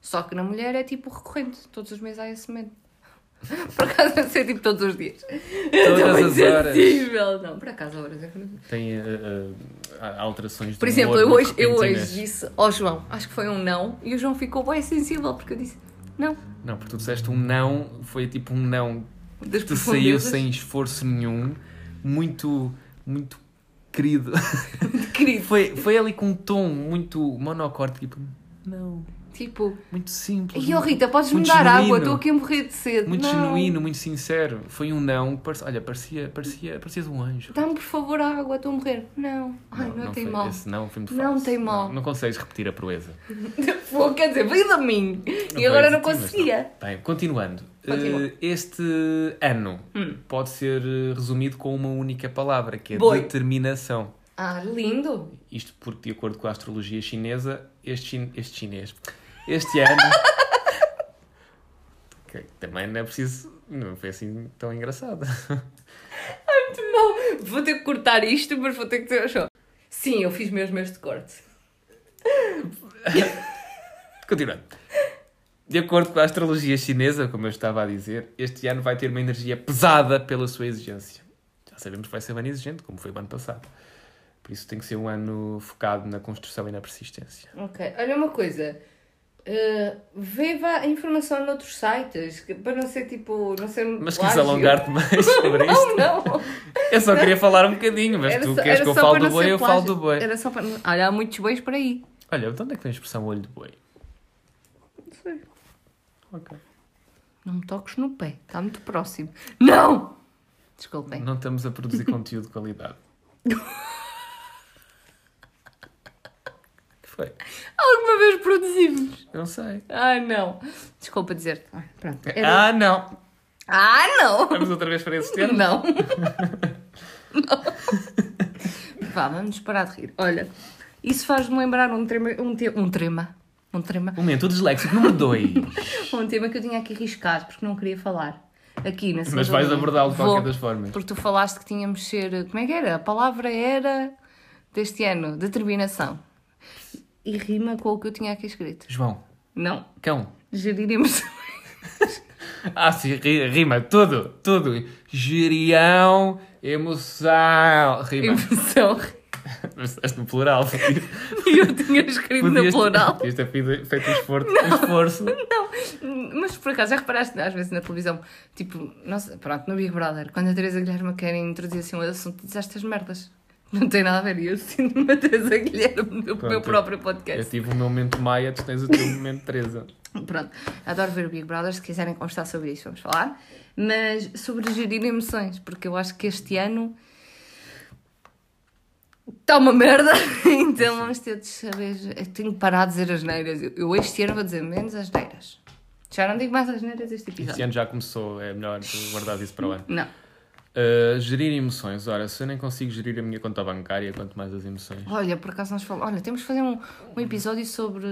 Só que na mulher é tipo recorrente, todos os meses há esse momento. Por acaso não sei tipo todos os dias.
todas as horas
Sensível, não, por acaso há horas. é que não-
tem eh, eh, alterações de
Por exemplo, eu
humor
hoje, eu hoje
repentinas.
disse ao João, acho que foi um não, e o João ficou bem sensível porque eu disse não.
Não, porque tu disseste um não, foi tipo um não
Das
te saiu
profundezas.
sem esforço nenhum, muito, muito querido.
Querido.
Foi, foi ali com um tom muito monocorde, tipo, não,
Tipo,
muito simples.
e oh
muito-
Rita, podes-me
muito
dar água,
genuíno,
estou aqui a morrer de sede.
Muito
Não.
genuíno, muito sincero. Foi um não, que parece, olha, parecia, parecia, parecias um anjo.
Dá-me por favor água, estou a morrer. Não. Tá Ai, não, tem
foi-
mal.
Esse não foi muito
Não
falso.
tem mal.
Não, não consegues repetir a proeza.
Pô, quer dizer, veio da mim. E
Não
agora
foi
não
positivo, mas
conseguia.
não. Bem, continuando.
Continua. Hum.
Eh, Este ano pode ser eh, resumido com uma única palavra, que é
Boi.
determinação.
Ah, lindo.
Isto porque, de acordo com a astrologia chinesa, este, chin- este chinês, este ano. Que também não é preciso. Não foi assim tão engraçado.
Muito bom. Vou ter que cortar isto, mas vou ter que ter o show. Sim, eu fiz mesmo este corte.
Continuando. De acordo com a astrologia chinesa, como eu estava a dizer, este ano vai ter uma energia pesada pela sua exigência. Já sabemos que vai ser bem exigente, como foi o ano passado. Por isso tem que ser um ano focado na construção e na persistência.
Ok, olha uma coisa. Uh, viva a informação noutros sites, que- para não ser tipo. Não ser
Mas quis
plágio.
alongar-te mais sobre isto.
Não, Oh, não.
Eu só queria falar um bocadinho, mas
Era
tu
só-
queres
era
que eu
só
fale
para
do
não
boi,
ser
eu falo do
plágio.
boi.
Era só para. Olha, há muitos bois por aí.
Olha, de onde é que vem a expressão olho de boi?
Não sei.
Ok.
Não me toques no pé, está muito próximo. Não! Desculpem.
Não estamos a produzir conteúdo de qualidade. foi?
Alguma vez produzimos.
Eu não sei.
Ah, não. Desculpa dizer. Ah, pronto. Era-
Ah, É não!
Ah, não.
Vamos outra vez para esse termo?
Não. não. Vá, vamos parar de rir. Olha, isso faz-me lembrar um tema, um, te um tema, um tema,
Momento disléxico número 2.
um tema que eu tinha aqui riscado porque não queria falar. Aqui na
Mas
segunda
vais
linha.
abordá-lo de qualquer
Vou,
das formas.
Porque tu falaste que tínhamos ser, como é que era? A palavra era deste ano, determinação. E rima com o que eu tinha aqui escrito.
João,
Não,
cão.
geriremos.
Ah, sim, ri- rima, tudo, tudo. Gerião, emoção. Rima.
Emoção.
Mas estás no plural.
E eu tinha escrito no plural.
Podias ter feito feito um esforço. um esforço.
Não, mas por acaso já reparaste às vezes na televisão, tipo, nossa, pronto, no Big Brother, quando a Teresa Guilherme quer introduzir assim um assunto, diz estas merdas. Não tem nada a ver. E eu sinto-me a Teresa Guilherme no meu
Pronto.
próprio
Eu
podcast.
tive o meu momento Maia, tu tens o teu momento Teresa.
Pronto, adoro ver o Big Brother. Se quiserem conversar sobre isso, vamos falar. Mas sobre gerir emoções, porque eu acho que este ano está uma merda. Então vamos ter de saber. Eu tenho que parar de dizer as neiras. Eu, eu este ano vou dizer menos as neiras. Já não digo mais as neiras este episódio.
Este ano já começou, é melhor tu guardar isso para o ano.
Não.
Uh, gerir emoções. Ora, se eu nem consigo gerir a minha conta bancária, quanto mais as emoções.
Olha, por acaso nós falamos. Olha, temos de fazer um, um episódio sobre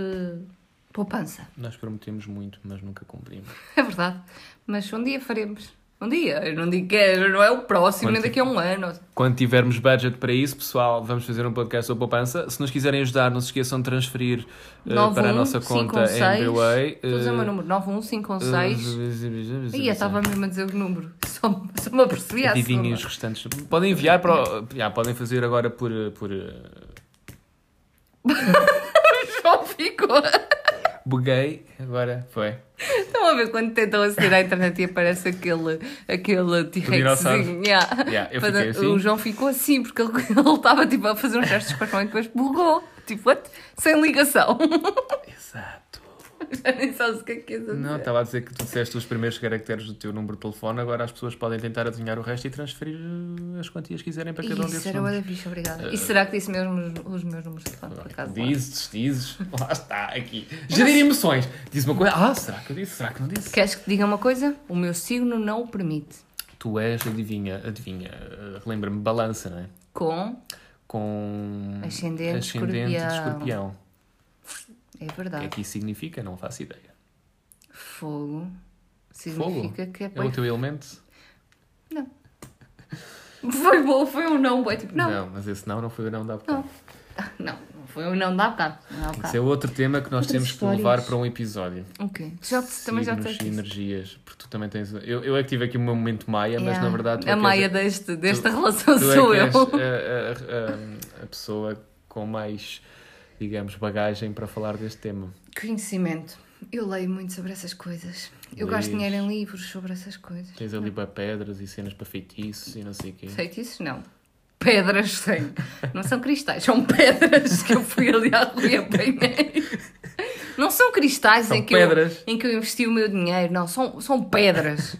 poupança.
Nós prometemos muito, mas nunca cumprimos.
É verdade. Mas um dia faremos. Um dia. Eu não digo que é, não é o próximo, nem
Quanto-
daqui a um ano.
Quando tivermos budget para isso, pessoal, vamos fazer um podcast sobre poupança. Se nos quiserem ajudar, não se esqueçam de transferir uh, para a nossa conta
9156.
MBWay.
Estou a dizer o meu número:
eh, Uh,
9156. Ia, estava mesmo a dizer o número. Só, só me apercebi à
Adivinhem os
segunda.
restantes. Podem enviar para. o- Já, podem fazer agora por. uh, por uh,
Só ficou.
buguei. Agora foi.
Estão a ver quando tentam aceder à internet e aparece aquele, aquele T-Rexzinho.
dinossauro.
Yeah.
Yeah, eu
Mas eh,
fiquei assim.
O João ficou assim, porque ele ele estava tipo, a fazer um gesto de e depois bugou. Tipo, what? Sem ligação.
Exato.
Já nem sabes o que é que é isso.
Não, tá, estava a dizer que tu disseste os primeiros caracteres do teu número de telefone, agora as pessoas podem tentar adivinhar o resto e transferir uh, as quantias que quiserem para cada um desses
Isso era o
números.
da ficha,
Eh,
obrigada. E será que disse mesmo os, os meus números de telefone, por acaso?
Dizes, dizes, lá está, aqui. Gerir emoções. Diz uma coisa, ah, será que eu disse? Será que não disse?
Queres que te diga uma coisa? O meu signo não o permite.
Tu és, adivinha, adivinha, eh, relembra-me, balança, não é?
Com,
Com
Ascendente,
ascendente de
escorpião.
escorpião.
é
O que
verdade,
é que isso significa? Não faço ideia.
fogo.
Fogo?
Significa que é
É o
boi.
teu elemento?
Foi bom, foi um não, boi. Tipo, não,
mas esse não, não foi o não da bocado.
Não, não foi um não dá bocado. Não dá
Esse
bocado.
é outro tema que nós
Outras
temos que
histórias.
levar para um episódio.
Ok. Já, te- também já
Signos
tens
e energias, porque tu também tens. Eu, eu é que tive aqui o meu momento Maia, mas na verdade. tu
A
é que és-
Maia deste, desta relação
Tu é
sou
que és
eu.
eh, um, a, a- a- a pessoa com mais, digamos, bagagem para falar deste tema.
Conhecimento. Eu leio muito sobre essas coisas. Eu gasto
Lês.
dinheiro em livros sobre essas coisas.
Tens ali para pedras e cenas para feitiços e não sei o quê.
Feitiços não. Pedras sim. Não são cristais, são pedras que eu fui ali à rua e apanhei. Não são cristais
São
em, que
pedras.
Eu, em que eu investi o meu dinheiro, não, são, são pedras.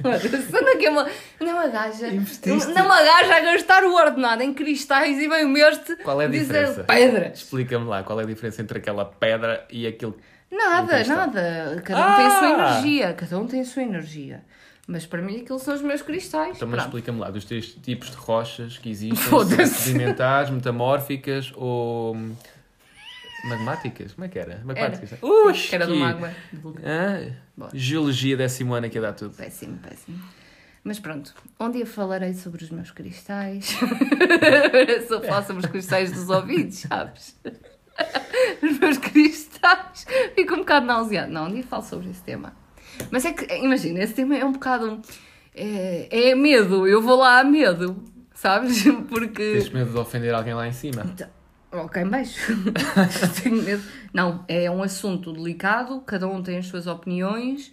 Sendo que é uma, não uma gaja.
Investiste.
Não uma gaja a gastar o ordenado em cristais e veio-me este
Qual é a
dizer
diferença?
pedras.
Explica-me lá qual é a diferença entre aquela pedra e aquele. Um
Nada,
cristal.
nada. Cada um tem a sua
Ah!
energia. Cada um tem a sua energia. Mas para mim aquilo são os meus cristais.
Então, mas
Pronto.
explica-me lá dos três tipos de rochas que existem:
Foda-se.
são sedimentares, metamórficas ou. hum, magmáticas? Como é que era? Magmáticas. Ux,
Era do
é- que-
magma.
Hã?
Bora.
É? Geologia décimo ano é que dá tudo.
Péssimo, péssimo. Mas pronto, um dia falarei sobre os meus cristais. Só falo sobre os cristais dos ouvidos, sabes? Os meus cristais. Fico um bocado nauseado. Não, um dia falo sobre esse tema. Mas é que, imagina, esse tema é um bocado. É, é medo. Eu vou lá a medo, sabes?
Tens
Porque.
medo de ofender alguém lá em cima?
Ok, um beijo. Tenho medo. Não, é um assunto delicado, cada um tem as suas opiniões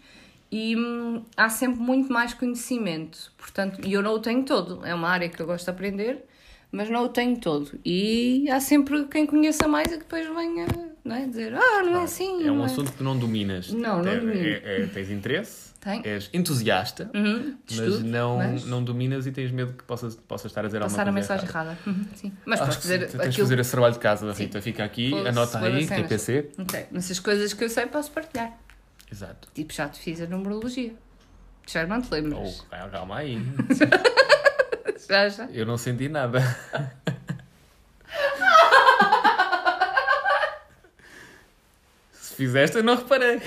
e hum, há sempre muito mais conhecimento. Portanto, e eu não o tenho todo. É uma área que eu gosto de aprender, mas não o tenho todo. E há sempre quem conheça mais e que depois venha não é? dizer, ah, não é assim.
É um
não
assunto que não dominas.
Não, não
Te-
domino.
é- é- tens interesse,
Tenho.
és entusiasta,
Uhum, de
mas,
estudo,
não,
mas-
não dominas e tens medo que possas, possas estar a dizer
Passar a
alguma coisa
mensagem
errada.
errada. Uhum, sim. Mas podes
é Acho que sim,
fazer
tu tens de
aquilo.
fazer esse trabalho de casa, Rita. Fica aqui,
Fogo,
anota
segura
aí,
cenas.
TPC.
Ok, mas as coisas que eu sei posso partilhar.
Exato.
Tipo, já te fiz a numerologia. Já não te
Ou,
lembras.
ah, calma aí, Oh.
Já, já.
eu não senti nada. Se fizeste, eu não reparei.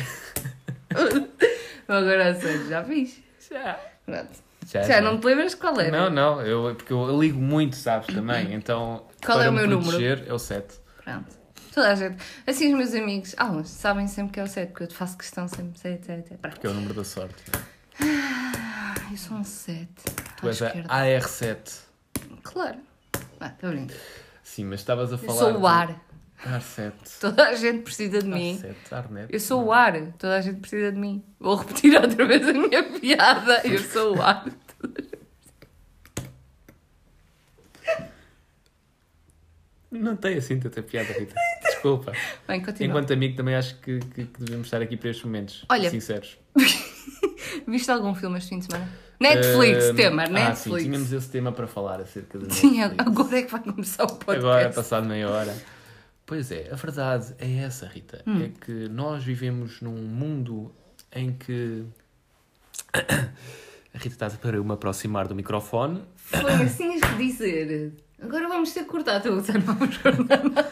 Agora sei, já fiz.
Já.
Pronto.
Já,
Já não te lembras qual era?
Não, não, eu, porque eu ligo muito, sabes, também. Então,
Qual é
para
o
me
meu número?
proteger, número? É o 7.
Pronto. Toda a gente. Assim, os meus amigos, alguns sabem sempre que é o 7, porque eu te faço questão sempre 7, 7, 7.
Porque é o número da sorte.
Tá Ah, eu sou um 7.
Tu és a AR7.
Claro. Ah, estou brincando.
Sim, mas estavas a
Eu
falar. Ah,
sou o ar.
AR7.
Toda a gente precisa de mim.
AR7, Arnet.
Eu sou o ar. Toda a gente precisa de mim. Vou repetir outra vez a minha piada. Eu sou o ar.
Não tem assim tanta piada, Rita. Desculpa.
Bem, continua.
Enquanto amigo, também acho que, que- que devemos estar aqui para estes momentos
Olha,
sinceros.
Viste algum filme este fim de semana? Netflix,
Ahm,
tema,
Ah,
Netflix.
sim, tínhamos esse tema para falar acerca de
Sim,
Netflix.
agora é que vai começar o podcast.
Agora, passado meia hora. Pois é, a verdade é essa, Rita.
Hum.
É que nós vivemos num mundo em que. A Rita está para eu me aproximar do microfone.
Foi assim que dizer. Agora vamos ter que cortar tudo, não vamos cortar nada.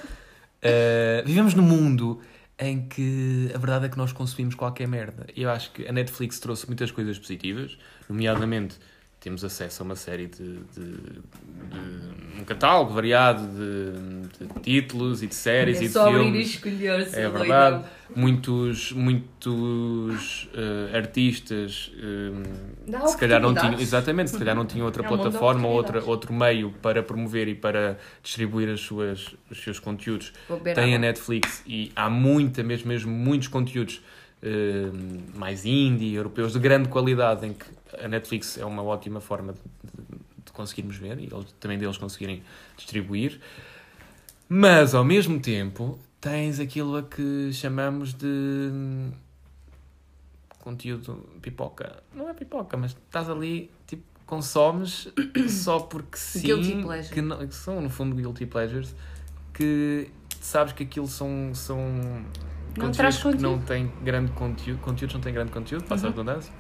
Uh, vivemos num mundo em que a verdade é que nós consumimos qualquer merda. E eu acho que a Netflix trouxe muitas coisas positivas, nomeadamente temos acesso a uma série de. de- de- um catálogo variado de, de títulos e de séries e
É
de
só ir e
filmes.
escolher se
É
doido.
verdade. Muitos, muitos eh, artistas eh,
Dá
se calhar não tinham,
oportunidades.
exatamente, se calhar não tinham outra
É um mundo de
plataforma ou outra,
oportunidades.
outro meio para promover e para distribuir as suas, os seus conteúdos.
Vou beber
Tem a
água.
Netflix e há muita, mesmo, mesmo muitos conteúdos eh, mais indie, europeus, de grande qualidade, em que a Netflix é uma ótima forma de, de- de conseguirmos ver e eles- também deles conseguirem distribuir. Mas ao mesmo tempo tens aquilo a que chamamos de hum, conteúdo pipoca. Não é pipoca, mas estás ali, tipo, consomes só porque sim.
Guilty pleasure.
que, não- que são, no fundo, guilty pleasures que sabes que aquilo são. são
Não
conteúdos
traz
que
conteúdo. Uhum.
Não tem grande conteúdo. Conteúdos não têm grande conteúdo, passa a redundância.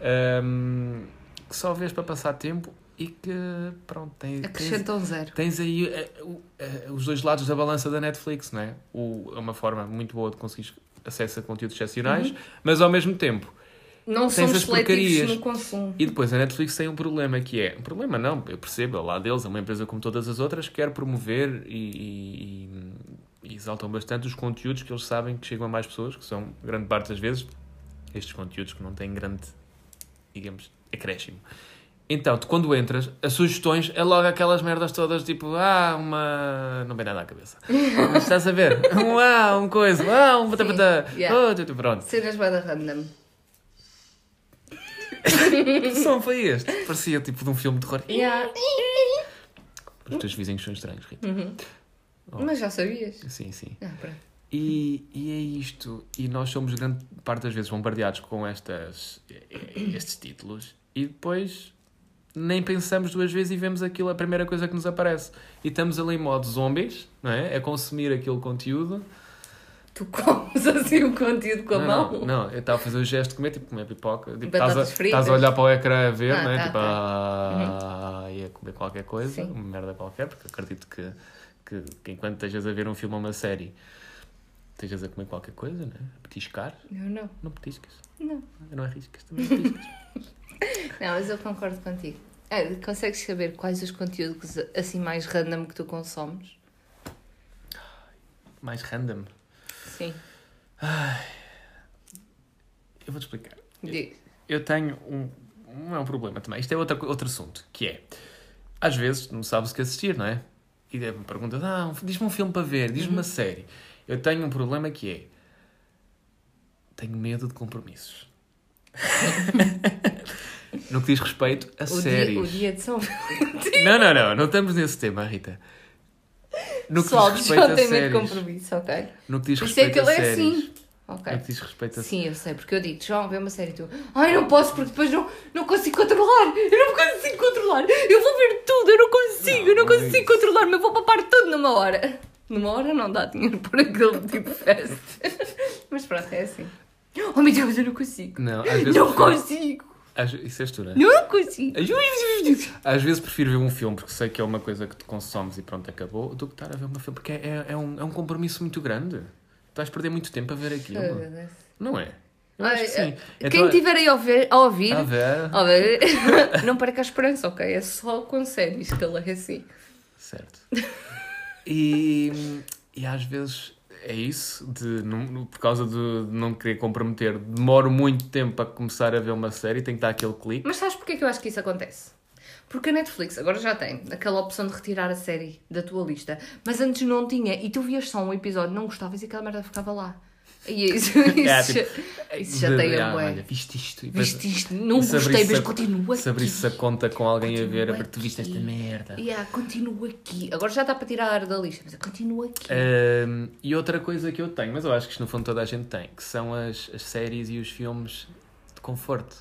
Ahm, que só vês para passar tempo e que, pronto, tem, tens,
Acrescentam um zero.
Tens aí eh, o- eh, os dois lados da balança da Netflix, não é? O, é uma forma muito boa de conseguir acesso a conteúdos excepcionais, mas ao mesmo tempo.
Não
Tens
somos
as porcarias.
seletivos no consumo.
E depois a Netflix tem um problema que é. Um problema não, eu percebo, é lá deles, é uma empresa como todas as outras, quer promover e, e- e exaltam bastante os conteúdos que eles sabem que chegam a mais pessoas, que são, grande parte das vezes, estes conteúdos que não têm grande, digamos, acréscimo. Então, tu quando entras, as sugestões é logo aquelas merdas todas, tipo, ah, uma... Não vem nada à cabeça. Mas estás a ver? Um ah, um coisa, ah, um batapatá.
Sim, yeah.
Oh, tu- tu- pronto.
Cenas bada random.
Que som foi este? Parecia tipo de um filme de terror.
Yeah.
Os teus vizinhos são estranhos, Rita.
Oh. Mas já sabias.
Sim, sim.
Ah, pronto.
E, e é isto. E nós somos grande parte das vezes bombardeados com estas, estes títulos e depois nem pensamos duas vezes e vemos aquilo, a primeira coisa que nos aparece. E estamos ali em modo zombies, não é? A consumir aquele conteúdo.
Tu comes assim o conteúdo com a
não,
mão.
Não, não, eu estava a fazer o gesto de comer, tipo comer pipoca. Tipo,
Batatas
estás, a,
fritas.
estás a olhar para o ecrã a ver,
Ah,
não é?
tá,
tipo,
tá.
ah, ia comer qualquer coisa,
Sim.
uma merda qualquer, porque acredito que, que, que enquanto estejas a ver um filme ou uma série, estejas a comer qualquer coisa, não é? A Petiscar,
Eu não.
não petiscas.
Não.
Não arriscas, também petiscas.
Não, mas eu concordo contigo. É, consegues saber quais os conteúdos assim mais random que tu consomes?
Mais random.
Sim.
Eu vou-te explicar.
Diz.
Eu tenho um. Não é um problema também. Isto é outra, co- outro assunto, que é. Às vezes não sabes o que assistir, não é? E daí me perguntas, ah, um- diz-me um filme para ver, diz-me
Uhum.
uma série. Eu tenho um problema que é. Tenho medo de compromissos. no que diz respeito a
O dia, o
séries.
dia de São Valentim.
Não, não, não, não estamos nesse tema, Rita. No que
Pessoal,
diz respeito a
desjontamente
séries.
compromisso, ok?
No que diz
Isso é
respeito
que
a
ele é
séries.
assim.
No
Ok.
que diz respeito a séries.
Sim, eu sei, porque eu digo, João, vê uma série e tu. Ai, não posso, porque depois não, não consigo controlar. Eu não consigo controlar. Eu vou ver tudo, eu não consigo, eu não
Não, não é
consigo controlar, mas vou papar tudo numa hora. Numa hora não dá dinheiro para aquele tipo de festa. mas pronto, é assim. Oh meu Deus, eu não consigo.
Não, às vezes.
não
prefiro-
consigo.
às- Isso és tu, não é?
Não consigo.
Às vezes prefiro ver um filme porque sei que é uma coisa que tu consomes e pronto, acabou, do que estar a ver um filme porque é, é, é um, é um compromisso muito grande. Estás a perder muito tempo a ver aquilo.
Foda-se.
Não é? Eu acho que sim.
Ai, Quem Oh.
Então, tá
estiver aí a ouvir, a ouvir,
a ver.
a ver, não perca a esperança, ok? É só com séries que ele é assim.
Certo. E, e às vezes é isso, de, não- não- por causa de não querer comprometer, demoro muito tempo a começar a ver uma série, tem que dar aquele clique.
Mas sabes porque é que eu acho que isso acontece? Porque a Netflix agora já tem aquela opção de retirar a série da tua lista, mas antes não tinha e tu vias só um episódio, não gostavas e aquela merda ficava lá. E isso, isso,
É,
já- isso
de-
já tem
ah,
a
olha,
bué.
viste isto? E depois-
Viste isto? Não
e se
gostei,
abrisse
mas
a-
continua
Se abrisse a
aqui.
conta com alguém a ver,
Continua
a ver, tu viste esta
aqui.
merda.
Yeah, continua aqui. Agora já está para tirar da lista, mas continua aqui.
É. Ahm, e outra coisa que eu tenho, mas eu acho que isto no fundo toda a gente tem, que são as, as séries e os filmes de conforto.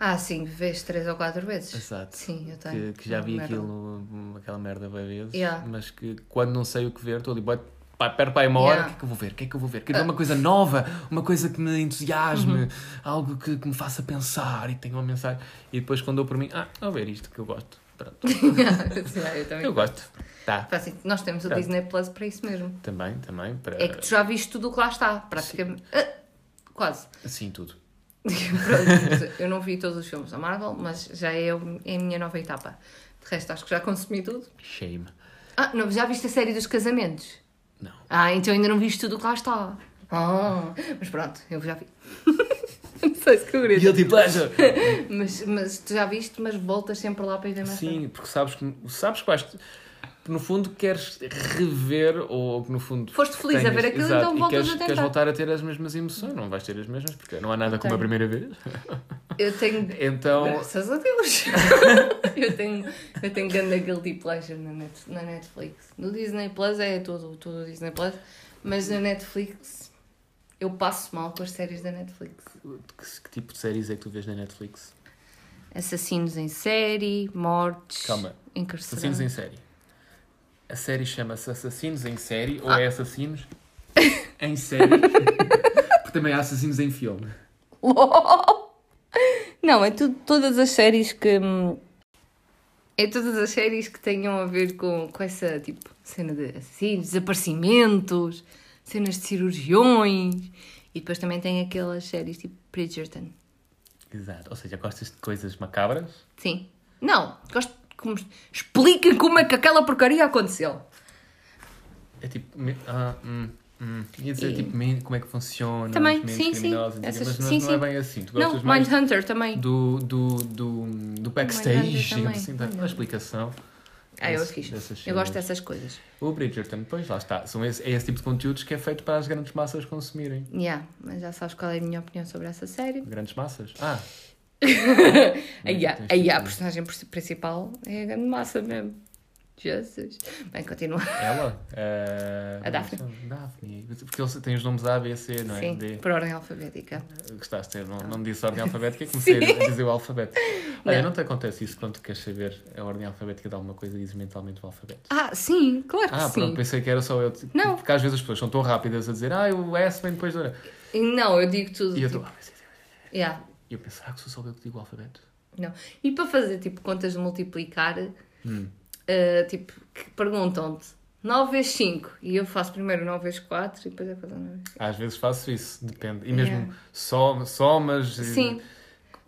Ah, sim, vês três ou quatro vezes.
Exato.
Sim, eu tenho. É
que, que já vi
Merda.
aquilo, aquela merda bem vezes,
Yeah.
mas que quando não sei o que ver, estou ali, boy, pá, pera para aí uma hora, o
Yeah. Ah.
que é que eu vou ver? O que é que eu vou ver? Quero ver uma coisa nova, uma coisa que me entusiasme,
Uhum.
algo que, que me faça pensar e que tenha uma mensagem. E depois quando dou por mim, ah, vou ver isto que eu gosto. Pronto,
Sim, eu também.
eu gosto. Tá,
Faz sentido. Nós temos o
Pronto.
Disney Plus para isso mesmo.
também, também, para...
É que tu já viste tudo o que lá está, praticamente. Ah, quase.
Sim, assim, tudo.
Pronto, eu não vi todos os filmes da Marvel, mas já é o- é a minha nova etapa. De resto, acho que já consumi tudo.
Shame.
Ah, não, já viste a série dos casamentos?
Não.
Ah, então ainda não viste tudo o que lá está. Ah, mas pronto, eu já vi. não sei se que eu queria dizer.
Guilty pleasure!
mas, mas tu já viste, mas voltas sempre lá para ir ver mais tarde.
Sim, porque sabes que, sabes que vais... que No fundo, queres rever, ou que no fundo.
Foste feliz a ver aquilo, então
e
voltas
queres,
a tentar.
queres voltar a ter as mesmas emoções, não vais ter as mesmas, porque não há nada como a primeira vez.
Eu tenho.
Então,
Graças a Deus! eu tenho, eu tenho grande guilty pleasure na, net, na Netflix. No Disney Plus é todo, todo o Disney Plus, mas na Netflix eu passo mal com as séries da Netflix.
que, que tipo de séries é que tu vês na Netflix?
Assassinos em série, mortes,
Calma.
encarcerados.
Assassinos em série. A série chama-se Assassinos em Série, ou
Ah.
é Assassinos em Série? porque também há assassinos em filme.
Não, é tudo, todas as séries que. hum, É todas as séries que tenham a ver com, com essa tipo cena de assassinos, desaparecimentos, cenas de cirurgiões. E depois também tem aquelas séries tipo Bridgerton.
Exato. Ou seja, gostas de coisas macabras?
Sim. Não, gosto de como. Expliquem como é que aquela porcaria aconteceu.
É tipo. me- Ah, hum. Hum. Ia dizer,
E-
tipo, men- como é que funciona
Também,
os mentes
sim, sim.
criminosos, não sei o quê,
Essas-
mas
sim,
não, não é
sim.
bem assim. Tu
Não,
gostas mais
Mindhunter também.
do, do, do, do
Mindhunter
backstage, digamos
também.
assim, da da explicação.
Ah, eu
desse-
fiz.
dessas
Eu gosto
cenas.
dessas coisas.
O Bridgerton, pois lá está. São esse, é esse tipo de conteúdos que é feito para as grandes massas consumirem.
Yeah, mas já sabes qual é a minha opinião sobre essa série.
Grandes massas? Ah,
Aí há-
tens
aí
de
há a
ter.
personagem pr- principal é a grande massa mesmo. Jesus. Bem, continua.
ela? eh,
A Daphne.
Daphne. Porque eles têm os nomes A, B, C, não é?
Sim,
D.
por ordem alfabética.
Gostaste, eu não,
Tá.
não disse a ordem alfabética, comecei a dizer o alfabeto. Olha, não. te acontece isso quando queres saber a ordem alfabética de alguma coisa e dizes mentalmente o alfabeto.
Ah, sim, claro que
Ah,
sim.
pronto, pensei que era só eu.
Não.
Porque às vezes as pessoas são tão rápidas a dizer, ah, o S vem depois da.
E Não, eu digo tudo.
E eu
tipo,
estou, ah, mas-
yeah,
E eu pensava que sou só eu que digo o alfabeto.
não. E para fazer tipo contas de multiplicar,
Hum.
eh, tipo, que perguntam-te 9 vezes 5 e eu faço primeiro 9 vezes 4 e depois eu faço 9 vezes
Às vezes faço isso, depende. E mesmo
Yeah.
som- somas. e-
Sim.
eh,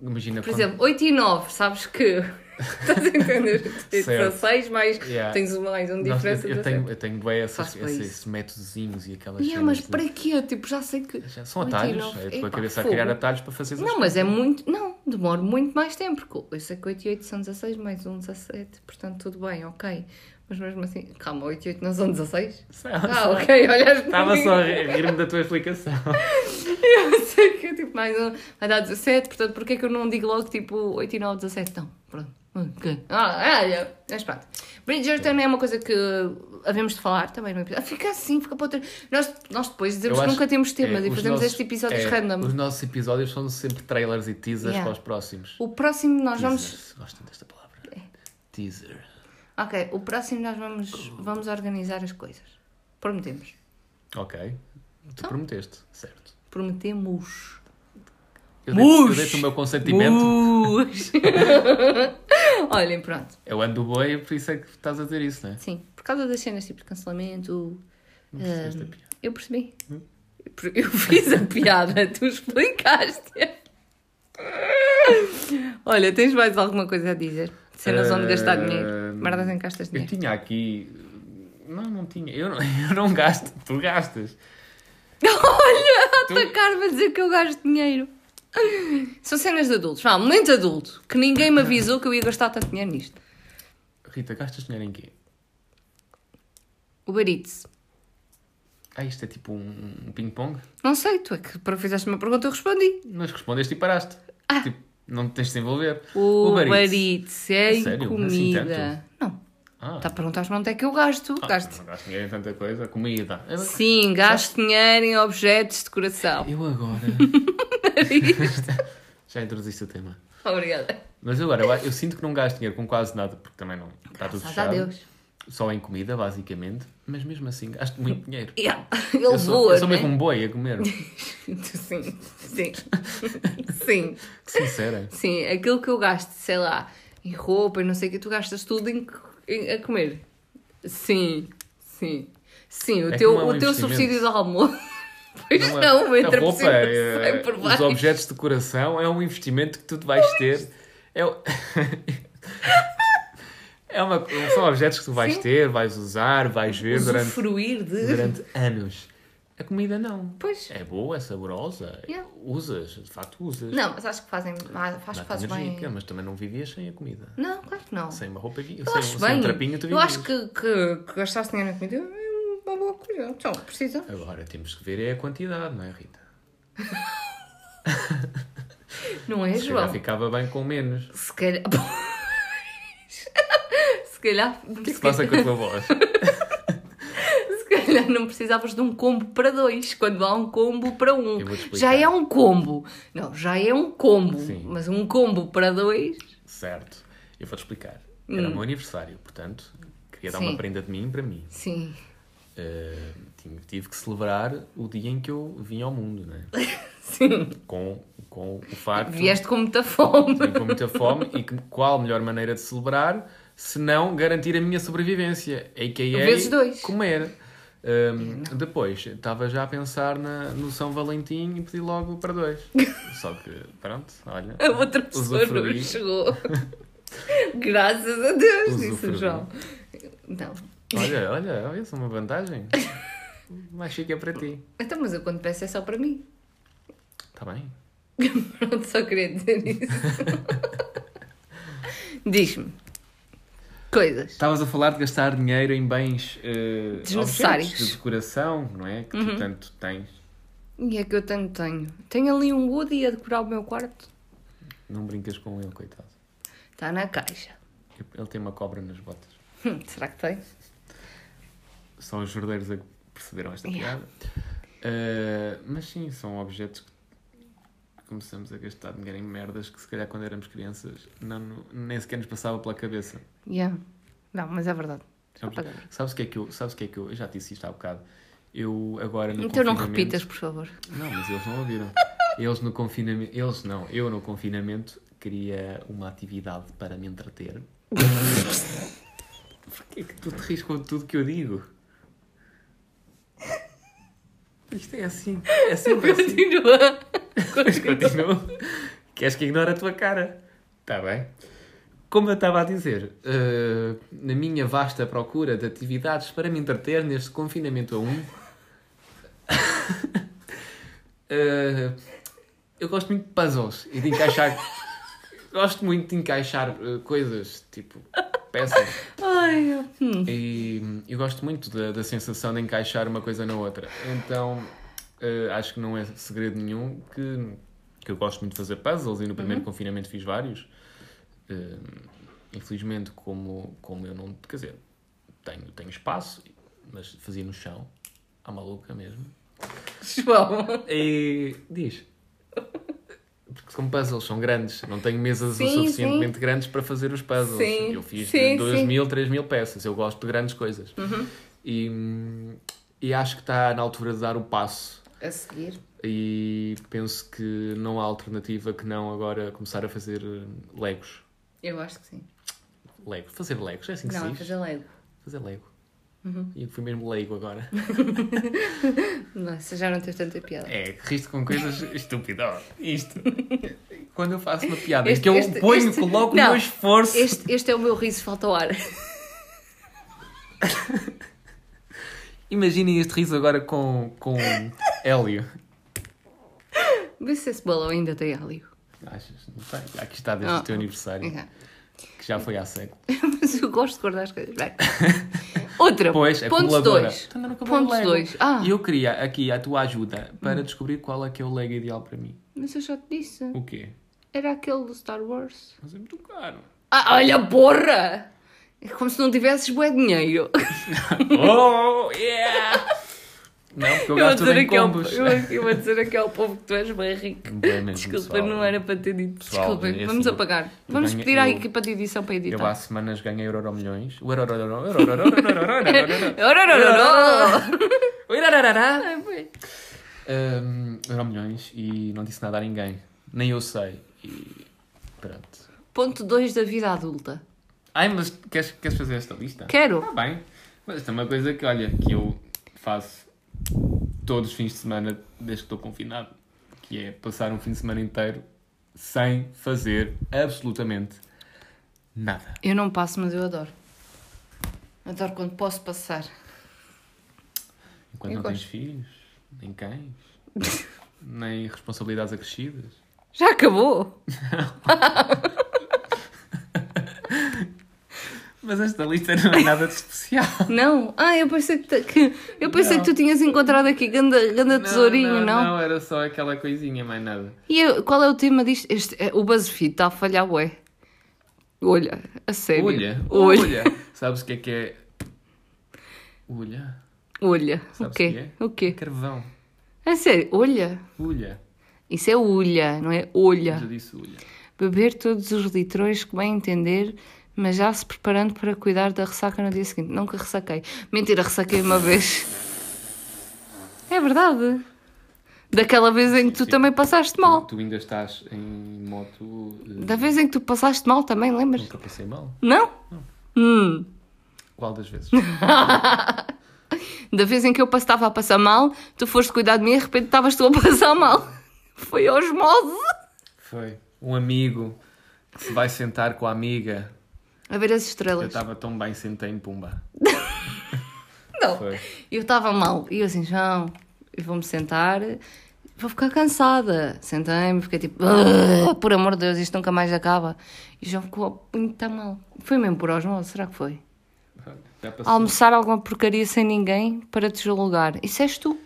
Imagina
Por
quando-
exemplo, 8 e 9, sabes que. Estás a entender? Tens
Certo.
16 mais.
Yeah.
Tens mais uma
Nós-
diferença.
eu, eu
de
tenho, eu tenho bem
Faz
esses,
bué
esses,
isso.
esses métodozinhos e aquelas
Yeah,
cenas
mas
de-
para quê? Tipo, já sei que.
Já São
89,
atalhos. É a tua
epá,
cabeça a
fogo.
criar atalhos para fazer
Não, mas é muito. Não, demora muito mais tempo, porque eu sei que 8 e 8 são 16, mais um 17, portanto tudo bem, ok. Mas mesmo assim, calma, 8 e 8 não são 16?
Estava
Ah,
Tá só-
ok, olhaste para
Estava
mim.
só a rir- rir-me da tua explicação.
Eu sei que é tipo mais um, vai dar 17, portanto, porquê é que eu não digo logo tipo 8 e 9, 17? Não, pronto. Ok. Ah, olha, mas pronto. Bridgerton é uma coisa que havemos de falar também no episódio. Ah, fica assim, fica para outra. Nós, nós depois dizemos
Eu
que
acho-
nunca temos temas
é,
e
os
fazemos
nossos-
estes episódios
é,
random.
Os nossos episódios são sempre trailers e teasers
Yeah.
para os próximos.
O próximo nós vamos. É.
Teasers. Gosto desta palavra. Teaser.
Ok, o próximo nós vamos, vamos organizar as coisas. Prometemos.
Ok. Tu
Então.
prometeste, certo.
Prometemos.
Eu deixo, eu
Mux.
deixo o meu consentimento.
Mus. Olhem, pronto.
Eu ando boi, por isso é que estás a dizer isso, não é?
Sim, por causa das cenas tipo de cancelamento.
Não percebeste
Ehm,
a piada.
Eu percebi. Eu fiz a piada, tu explicaste. Olha, tens mais alguma coisa a dizer? Cenas onde gastar dinheiro. Merdas em castas de
Eu
dinheiro.
tinha aqui. Não, não tinha. Eu não, eu não gasto, tu gastas.
Olha,
Tu-
atacar-me a dizer que eu gasto dinheiro. São cenas de adultos. Vá, momento adulto. Que ninguém me avisou que eu ia gastar tanto dinheiro nisto.
Rita, gastas dinheiro em quê?
O barite.
Ah, isto é tipo um, um ping-pong?
Não sei, tu é que para fizeste uma pergunta eu respondi.
Mas respondeste e paraste.
Ah.
Tipo, não te tens de se envolver.
O,
Uber
barite.
Eats.
é em
Sério? Assim
comida. não,
Ah,
está a perguntar-me onde é que eu gasto.
Ah,
gasto.
Não gasto dinheiro em tanta coisa. Comida. Eu-
Sim, gasto dinheiro em objetos de coração.
Eu agora. Já introduziste o tema.
Obrigada.
Mas agora, eu, eu sinto que não gasto dinheiro com quase nada, porque também não está tudo
Graças a
fechado.
Deus.
Só em comida, basicamente. Mas mesmo assim, gasto muito dinheiro.
Yeah. Ele
Eu sou,
voa,
eu sou
né?
mesmo um boi a comer. Que
Sim, sim. sim.
sincera.
Sim, aquilo que eu gasto, sei lá, em roupa e não sei o que, tu gastas tudo em, em- a comer. Sim, sim. Sim, o
É que
teu,
não é um
o teu
investimento.
subsídio de almoço. Pois
é-
não, entra
a
por
roupa,
cima,
é-
sai por
os
baixo.
objetos de coração é um investimento que tu vais ter. É, o- é uma, são objetos que tu vais
Sim.
ter, vais usar, vais ver durante,
Usufruir de.
durante anos. A comida não.
Pois.
É boa, é saborosa.
Yeah.
Usas, de facto usas.
Não, mas acho que fazem. Acho que
Dá-te
fazes bem.
energia, Mas também não vivias sem a comida.
Não, claro que não.
Sem uma roupa, sem,
Eu acho
sem
bem.
um trapinho, tu
eu acho
vivias.
que, que, que gastaste dinheiro na comida é uma boa coisa. Então, precisa.
Agora temos que ver é a quantidade, não é, Rita?
Não é,
Se calhar
João?
ficava bem com menos.
Se calhar. Se calhar.
O que se passa com a tua voz?
Se calhar não precisavas de um combo para dois, quando há um combo para um.
Eu vou-te explicar.
Já é um combo. Não, já é um combo.
Sim.
Mas um combo para dois.
Certo. Eu vou-te explicar. Era o meu aniversário, portanto, queria dar
Hum. Sim.
uma prenda de mim para mim.
Sim.
Eh, tinha- tive que celebrar o dia em que eu vim ao mundo, né?
Sim.
Com, com o facto de
Vieste com muita fome.
estive com muita fome e que, qual melhor maneira de celebrar se não garantir a minha sobrevivência, a.k.a.
Vezes dois.
comer. Ehm, depois, estava já a pensar na, no São Valentim e pedi logo para dois. Só que, pronto, olha.
A outra pessoa não
usufruí.
chegou. Graças a Deus, disse o
Usufruí.
João. Não.
Olha, olha, olha, só uma vantagem. Mais chique é para ti.
Então, mas eu quando peço é só para mim.
Está bem?
Pronto, só queria dizer isso. Diz-me. Coisas.
Estavas a falar de gastar dinheiro em bens eh,
Desnecessários. Uhum.
objetos de decoração, não é? Que tu tanto tens.
E é que eu tanto tenho. Tenho ali um Woody a decorar o meu quarto.
Não brincas com ele, coitado.
Está Tá na caixa.
Ele tem uma cobra nas botas.
Hum, será que tem?
Só os jordeiros é que perceberam esta
Yeah.
piada. Eh, mas sim, são objetos que começamos a gastar dinheiro em merdas que se calhar quando éramos crianças não, não- nem sequer nos passava pela cabeça.
Yeah. Não, mas é verdade. Só para dar.
Sabes o que é que eu, sabes o que é que eu, eu já disse isto há bocado. Eu agora no
Então não
confinamento-
repitas, por favor.
Não, mas eles não ouviram. Eles no confinamento, eles não, eu no confinamento queria uma atividade para me entreter. Porquê que tu te rires com tudo que eu digo? Isto é assim, é sempre assim.
Continua.
Continua. Queres que ignore a tua cara? Está bem. Como eu estava a dizer, eh, na minha vasta procura de atividades para me entreter neste confinamento a um, eh, eu gosto muito de puzzles e de encaixar. gosto muito de encaixar eh, coisas, tipo peças.
Ai, Ai, eu- hum.
E eu gosto muito da, da sensação de encaixar uma coisa na outra. Então, eh, acho que não é segredo nenhum que, que eu gosto muito de fazer puzzles e no
Uhum.
primeiro confinamento fiz vários. Eh, infelizmente, como, como eu não. Quer dizer, tenho, tenho espaço, mas fazia no chão, à maluca mesmo.
João.
E diz. Porque são puzzles, são grandes. Não tenho mesas
Sim,
o suficientemente grandes para fazer os puzzles.
Sim,
Assim Eu fiz
sim,
2
sim. Uhum.
mil, 3 mil peças. Eu gosto de grandes coisas. E, e acho que está na altura de dar o passo.
A seguir.
E penso que não há alternativa que não agora começar a fazer eh, legos.
Eu acho que sim.
Lego. Fazer legos, é assim que
Não,
se
é
diz? Fazer,
fazer Uhum. Lego.
lego. E eu fui mesmo leigo agora.
Nossa, já não tens tanta piada.
É, que riste com coisas estúpidas. Isto. Quando eu faço uma piada,
Este-
este, que eu
este-
ponho,
este-
coloco o
não,
meu esforço.
Este, este é o meu riso, falta o ar.
Imaginem este riso agora com, com hélio.
Vê se esse balão ainda tem hélio.
Achas? Não sei. Aqui está desde
Ah.
o teu aniversário,
Exato.
que já foi há século.
Mas eu gosto de guardar as coisas. Bem. Outra.
Pois, é
Ponto
acumuladora.
2.
Tu Então ainda não acabou o
Ponto Hum.
Lego.
2. Ah,
E eu queria aqui a tua ajuda para descobrir qual é que é o Lego ideal para mim.
mas eu já te disse.
O quê?
Era aquele do Star Wars.
Mas é muito caro.
Ah, olha, porra! É como se não tivesses bué dinheiro.
oh, yeah! Não, porque
vou
eu, gasto
dizer
tudo em
aqui ao-
combos.
eu, eu vou dizer aqui ao povo que tu és bem rico.
Bem mesmo,
Desculpa,
pessoal.
não era para ter dito.
Pessoal, é
Desculpa,
esse-
vamos apagar. Vamos
ganho-
pedir à
eu-
equipa de edição para editar.
Eu há semanas ganhei euro milhões.
Ora, ora, ora, ora. Ai, bem.
Um, euro milhões e não disse nada a ninguém. Nem eu sei. E pronto.
Ponto 2 da vida adulta.
Ai, mas queres, queres fazer esta lista?
Quero.
Está bem. Mas esta é uma coisa que, olha, que eu faço todos os fins de semana desde que estou confinado. Que é passar um fim de semana inteiro sem fazer absolutamente nada.
Eu não passo, mas eu adoro. Adoro quando posso passar.
Enquanto
Eu
não
gosto.
tens filhos, nem cães, nem responsabilidades acrescidas.
Já acabou?
Mas esta lista não é nada de especial.
Não? Ah, eu pensei que, tu- que- eu pensei
Não.
que tu tinhas encontrado aqui ganda, ganda tesourinho, não?
não, era só aquela coisinha, mais nada.
E eu- qual é o tema disto? Este, é, o BuzzFeed está a falhar, ué. Olha, a sério.
Olha,
Olha.
olha. Sabes o que é que é? Olha.
Olha. O
Sabes é?
quê? O
o
quê?
Carvão.
A sério, olha.
Olha.
Isso é olha, não é olha.
Já disse olha.
Beber todos os litrões que bem entender, mas já se preparando para cuidar da ressaca no dia seguinte. Nunca ressaquei. Mentira, ressaquei uma vez. É verdade. Daquela vez em que tu também passaste mal.
Tu ainda estás em moto. eh,
Da vez em que tu passaste mal também, lembras?
Nunca passei mal.
Não? Hum.
Qual das vezes?
Da vez em que eu estava a passar mal, tu foste cuidar de mim e de repente estavas tu a passar mal. Foi osmose.
Foi. Um amigo que se vai sentar com a amiga.
A ver as
Eu
estrelas.
estava tão bem, sentei em pumba.
Não.
Foi.
Eu estava mal. E eu assim, João, eu vou-me sentar, vou ficar cansada. Sentei-me, fiquei tipo, "Ugh, por amor de Deus, isto nunca mais acaba. E o João ficou muito tá mal. Foi mesmo por osmose, será que foi?
Já passou.
Almoçar alguma porcaria sem ninguém para te julgar. Isso és tu.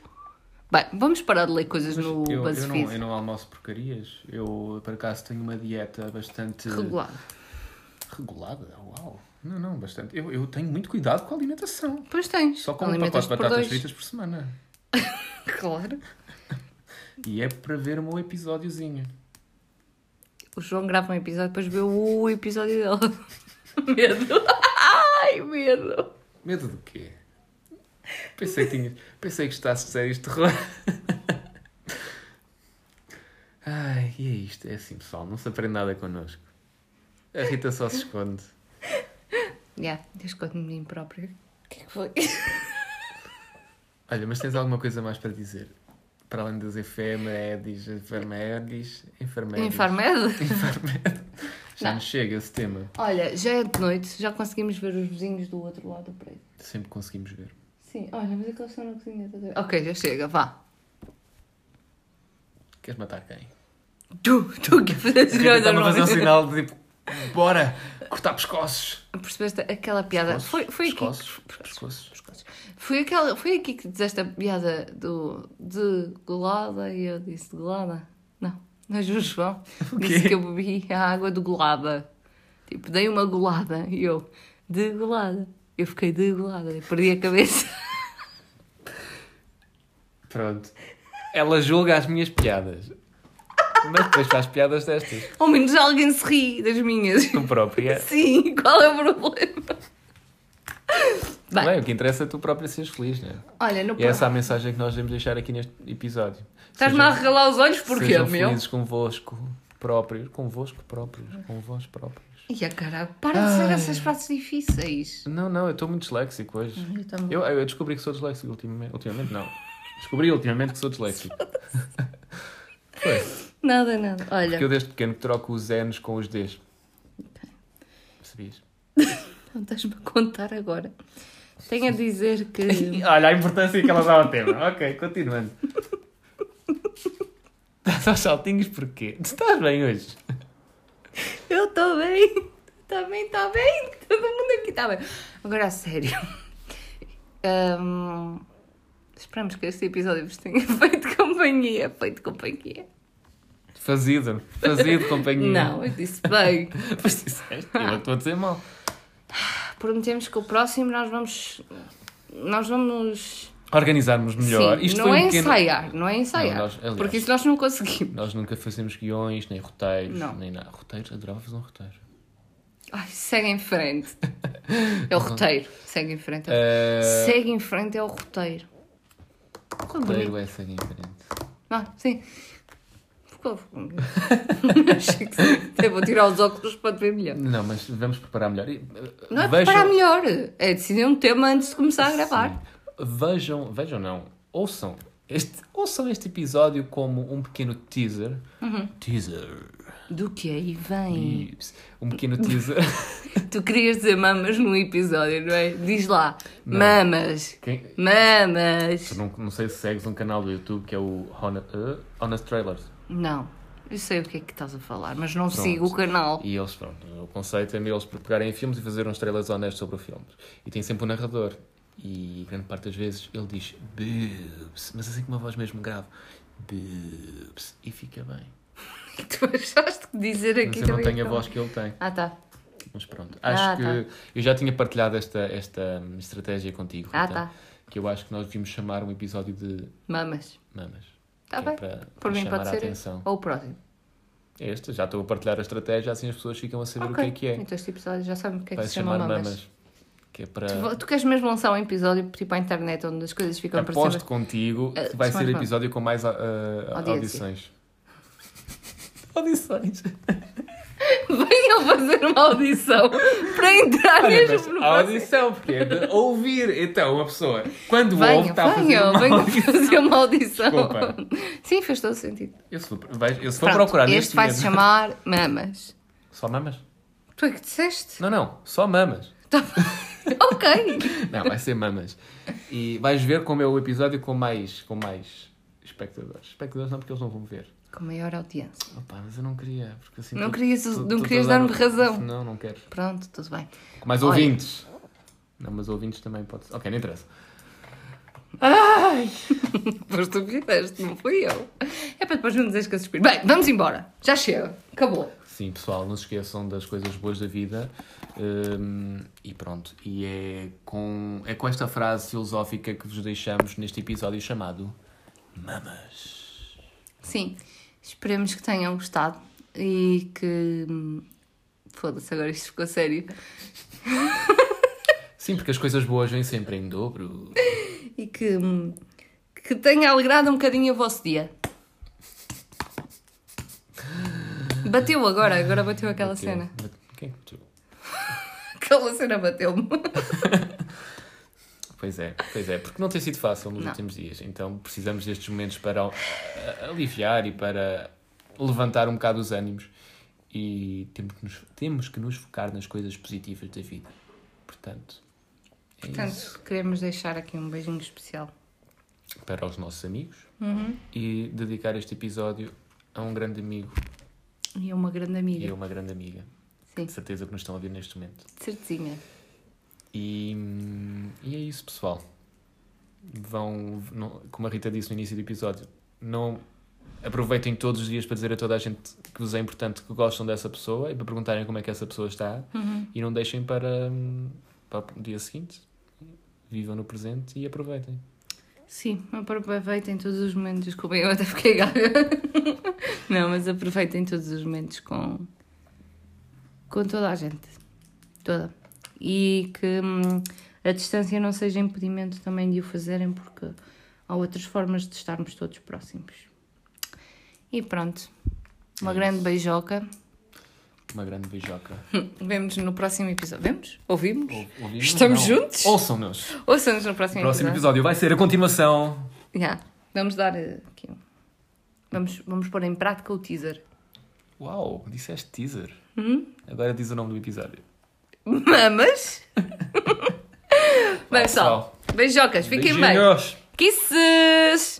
Bem, vamos parar de ler coisas no
Eu, eu,
BuzzFeed.
não, eu não almoço porcarias. Eu, por acaso, tenho uma dieta bastante.
Regular.
Regulada? Uau! Não, não, bastante. Eu, eu tenho muito cuidado com a alimentação.
Pois tens.
Só como um pacote
Alimentas-te
de
por
batatas
dois.
fritas por semana.
Claro.
E é para ver o meu episódiozinho.
O João grava um episódio depois vê o episódio dele. medo. Ai, medo.
Medo do quê? Pensei que, tinha, pensei que gostasse de séries de terror. Ai, e é isto. É assim, pessoal. Não se aprende nada connosco. A Rita só se esconde.
Yeah, desde quando me mim próprio. O que é que foi?
Olha, mas tens alguma coisa mais para dizer? Para além das efemérides, enfermeiros, enfermeiros.
Infarmed?
Enfermeiro. Já
Não.
nos chega esse tema.
Olha, já é de noite, já conseguimos ver os vizinhos do outro lado do prédio.
Sempre conseguimos ver.
Sim, olha, mas é que eles estão na cozinha. estás a ver? Ok, já chega, vá.
Queres matar quem?
Tu, tu que fazes é?
Estava a fazer um sinal de tipo. Bora! Cortar pescoços!
Percebeste aquela piada?
Pescoços?
Foi, foi aqui.
pescoços? Pescoços?
Foi, aquela, foi aqui que disseste a piada do, de golada e eu disse golada. Não, não é João João. Disse
quê?
que eu bebi a água de golada. Tipo, dei uma golada e eu, de golada. Eu fiquei de golada, eu perdi a cabeça.
Pronto. Ela julga as minhas piadas. Mas depois faz piadas destas.
Ao menos alguém se ri das minhas.
Tu própria.
Sim, qual é o problema? Bem,
Bem, o que interessa é tu própria seres feliz, né?
olha, no
E essa é a mensagem que nós devemos deixar aqui neste episódio.
Estás-me a regalar os olhos porque é
sejam
meu.
felizes convosco próprios. Convosco próprios. Convosco próprios.
E a caralho, para de ser
Ai.
essas frases difíceis.
Não, não, eu estou muito disléxico hoje.
Eu também.
Eu, eu descobri que sou disléxico ultimamente. Ultimamente não. Descobri ultimamente que sou disléxico. Foi.
Nada, nada. Olha,
Porque eu desde pequeno que troco os N's com os D's. Percebias?
não estás-me a contar agora. Tenho a dizer que.
Olha a importância que ela dá ao tema. Ok, continuando. Estás aos saltinhos porquê? Tu estás bem hoje?
eu estou bem, está bem, está bem. Todo mundo aqui está bem. Agora, a sério. Hum, esperamos que este episódio vos tenha feito companhia. Feito companhia.
Fazido. Fazido, companhia.
Não, eu disse bem.
Mas disseste, eu é que estou a dizer mal.
Prometemos que o próximo nós vamos. Nós vamos.
Organizarmos melhor.
Sim, não é
um pequeno-
ensaiar, não é ensaiar.
Não, nós- aliás.
porque isso nós não conseguimos.
Nós nunca fazemos guiões, nem roteiros,
Não.
nem nada. Roteiros? Adorava fazer um roteiro.
Ai, segue em frente. É o roteiro. Segue em frente. é o
Eh,
Segue em frente é o roteiro. Ficou bonito.
roteiro é seguir em frente.
Não, sim. Ficou. Achei que sim. Até vou tirar os óculos para te ver melhor.
Não, mas vamos preparar melhor. E,
Não é
vejam-
preparar melhor, é decidir um tema antes de começar a gravar.
Sim. Vejam, vejam não, ouçam este, ouçam este episódio como um pequeno teaser.
Uhum.
Teaser.
Do que aí vem?
Ips. Um pequeno teaser.
Tu querias dizer mamas no episódio, não é? Diz lá. Mamas.
Quem-
Mamas.
tu não, não sei se segues um canal do YouTube que é o Honest, Honest Trailers.
Não. Eu sei o que é que estás a falar, mas não
Pronto.
sigo o canal.
E eles, pronto, o conceito é eles pegarem filmes e fazerem uns trailers honestos sobre os filmes. E tem sempre um narrador. E grande parte das vezes ele diz boobs, mas assim com uma voz mesmo grave. Boobs. E fica bem.
Tu achaste que dizer
Mas
aqui
eu não
também.
tenho a
é
voz que ele tem.
Ah, tá.
Mas pronto,
Ah,
acho
tá.
que eu já tinha partilhado esta, esta hum, estratégia contigo,
Ah,
Rita,
tá.
que eu acho que nós devíamos chamar um episódio de
Mamas.
mamas.
Tá
que
bem.
É para,
Por
para
mim
chamar
pode
a
ser. esse.
atenção. É
Ou o próximo.
Este, já estou a partilhar a estratégia, assim as pessoas ficam a saber
Ok.
o que é que é.
Então este episódio já sabem o que é que
Vai
se chama
chamar
mamas.
mamas. Que é para.
Tu- Tu queres mesmo lançar um episódio tipo à internet onde as coisas ficam
Aposto
parecidas?
contigo
Eh,
que vai
chamar
ser
mamas.
episódio com mais ah, ah,
Audiência.
audições. audições.
Venham fazer uma audição para entrar
Olha, mas
mesmo no
a
próximo.
audição, porque é de ouvir. Então, uma pessoa, quando ouve,
Venham,
está a fazer
venham,
uma
venham fazer uma audição.
Desculpa.
Sim, fez todo sentido.
Eu se for, vai- eu se for
Pronto,
procurar
este
neste
vai se
momento-
chamar Mamas.
Só mamas?
Tu é que disseste?
Não, não, só mamas.
Tá bem. ok.
Não, vai ser mamas. E vais ver como é o episódio com mais, com mais espectadores. Espectadores não, porque eles não vão ver.
Com maior audiência.
Opa, mas eu não queria, porque assim...
Não
tô-
querias-
tô-
não
tô- tô
querias
a dar-
dar-me razão.
Não, não quero.
Pronto, tudo bem.
Com mais
Olha.
ouvintes. Não, mas ouvintes também pode ser. Ok, não interessa. Ai!
Mas tu fizeste, não fui eu. É para depois não dizeres que eu suspiro. Bem, vamos embora. Já chega. Acabou.
Sim, pessoal, não se esqueçam das coisas boas da vida. Hum, e pronto. E é com, é com esta frase filosófica que vos deixamos neste episódio chamado Mamas.
Sim, esperemos que tenham gostado e que. hum, Foda-se, agora isto ficou sério.
Sim, porque as coisas boas vêm sempre em dobro.
E que. hum, que tenha alegrado um bocadinho o vosso dia. Bateu agora, agora bateu aquela cena.
Quem? é Tu.
Aquela cena bateu-me.
Pois é, pois é, porque não tem sido fácil nos
Não.
últimos dias, então precisamos destes momentos para ah, aliviar e para levantar um bocado os ânimos e temos que nos, temos que nos focar nas coisas positivas da vida. Portanto, é isso.
Portanto, queremos deixar aqui um beijinho especial.
Para os nossos amigos e dedicar este episódio a um grande amigo
E é uma grande amiga.
e a uma grande amiga
Sim,
De certeza que nos estão a ouvir neste momento.
de certezinha.
E, e é isso, pessoal. Vão, não- como a Rita disse no início do episódio, não aproveitem todos os dias para dizer a toda a gente que vos é importante que gostam dessa pessoa e para perguntarem como é que essa pessoa está
Uhum.
e não deixem para, hum, para o dia seguinte. Vivam no presente e aproveitem.
Sim, aproveitem todos os momentos. Desculpa, eu até fiquei gaga. Não, mas aproveitem todos os momentos com, com toda a gente. Toda. E que hum, a distância não seja impedimento também de o fazerem, porque há outras formas de estarmos todos próximos. E pronto. Uma
É
grande beijoca.
Uma grande beijoca.
Vemos no próximo episódio. Vemos? Ouvimos?
Ou- ouvimos?
Estamos
Não.
juntos?
Ouçam-nos.
Ouçamos no próximo,
Próximo
episódio.
episódio vai ser a continuação.
Já. Vamos dar eh, aqui. um- Vamos, vamos pôr em prática o teaser.
Uau, disseste teaser.
Hum?
Agora diz o nome do episódio.
Mamas. Bem, pessoal. Beijocas, fiquem bem.
Beijinhos.
Kisses.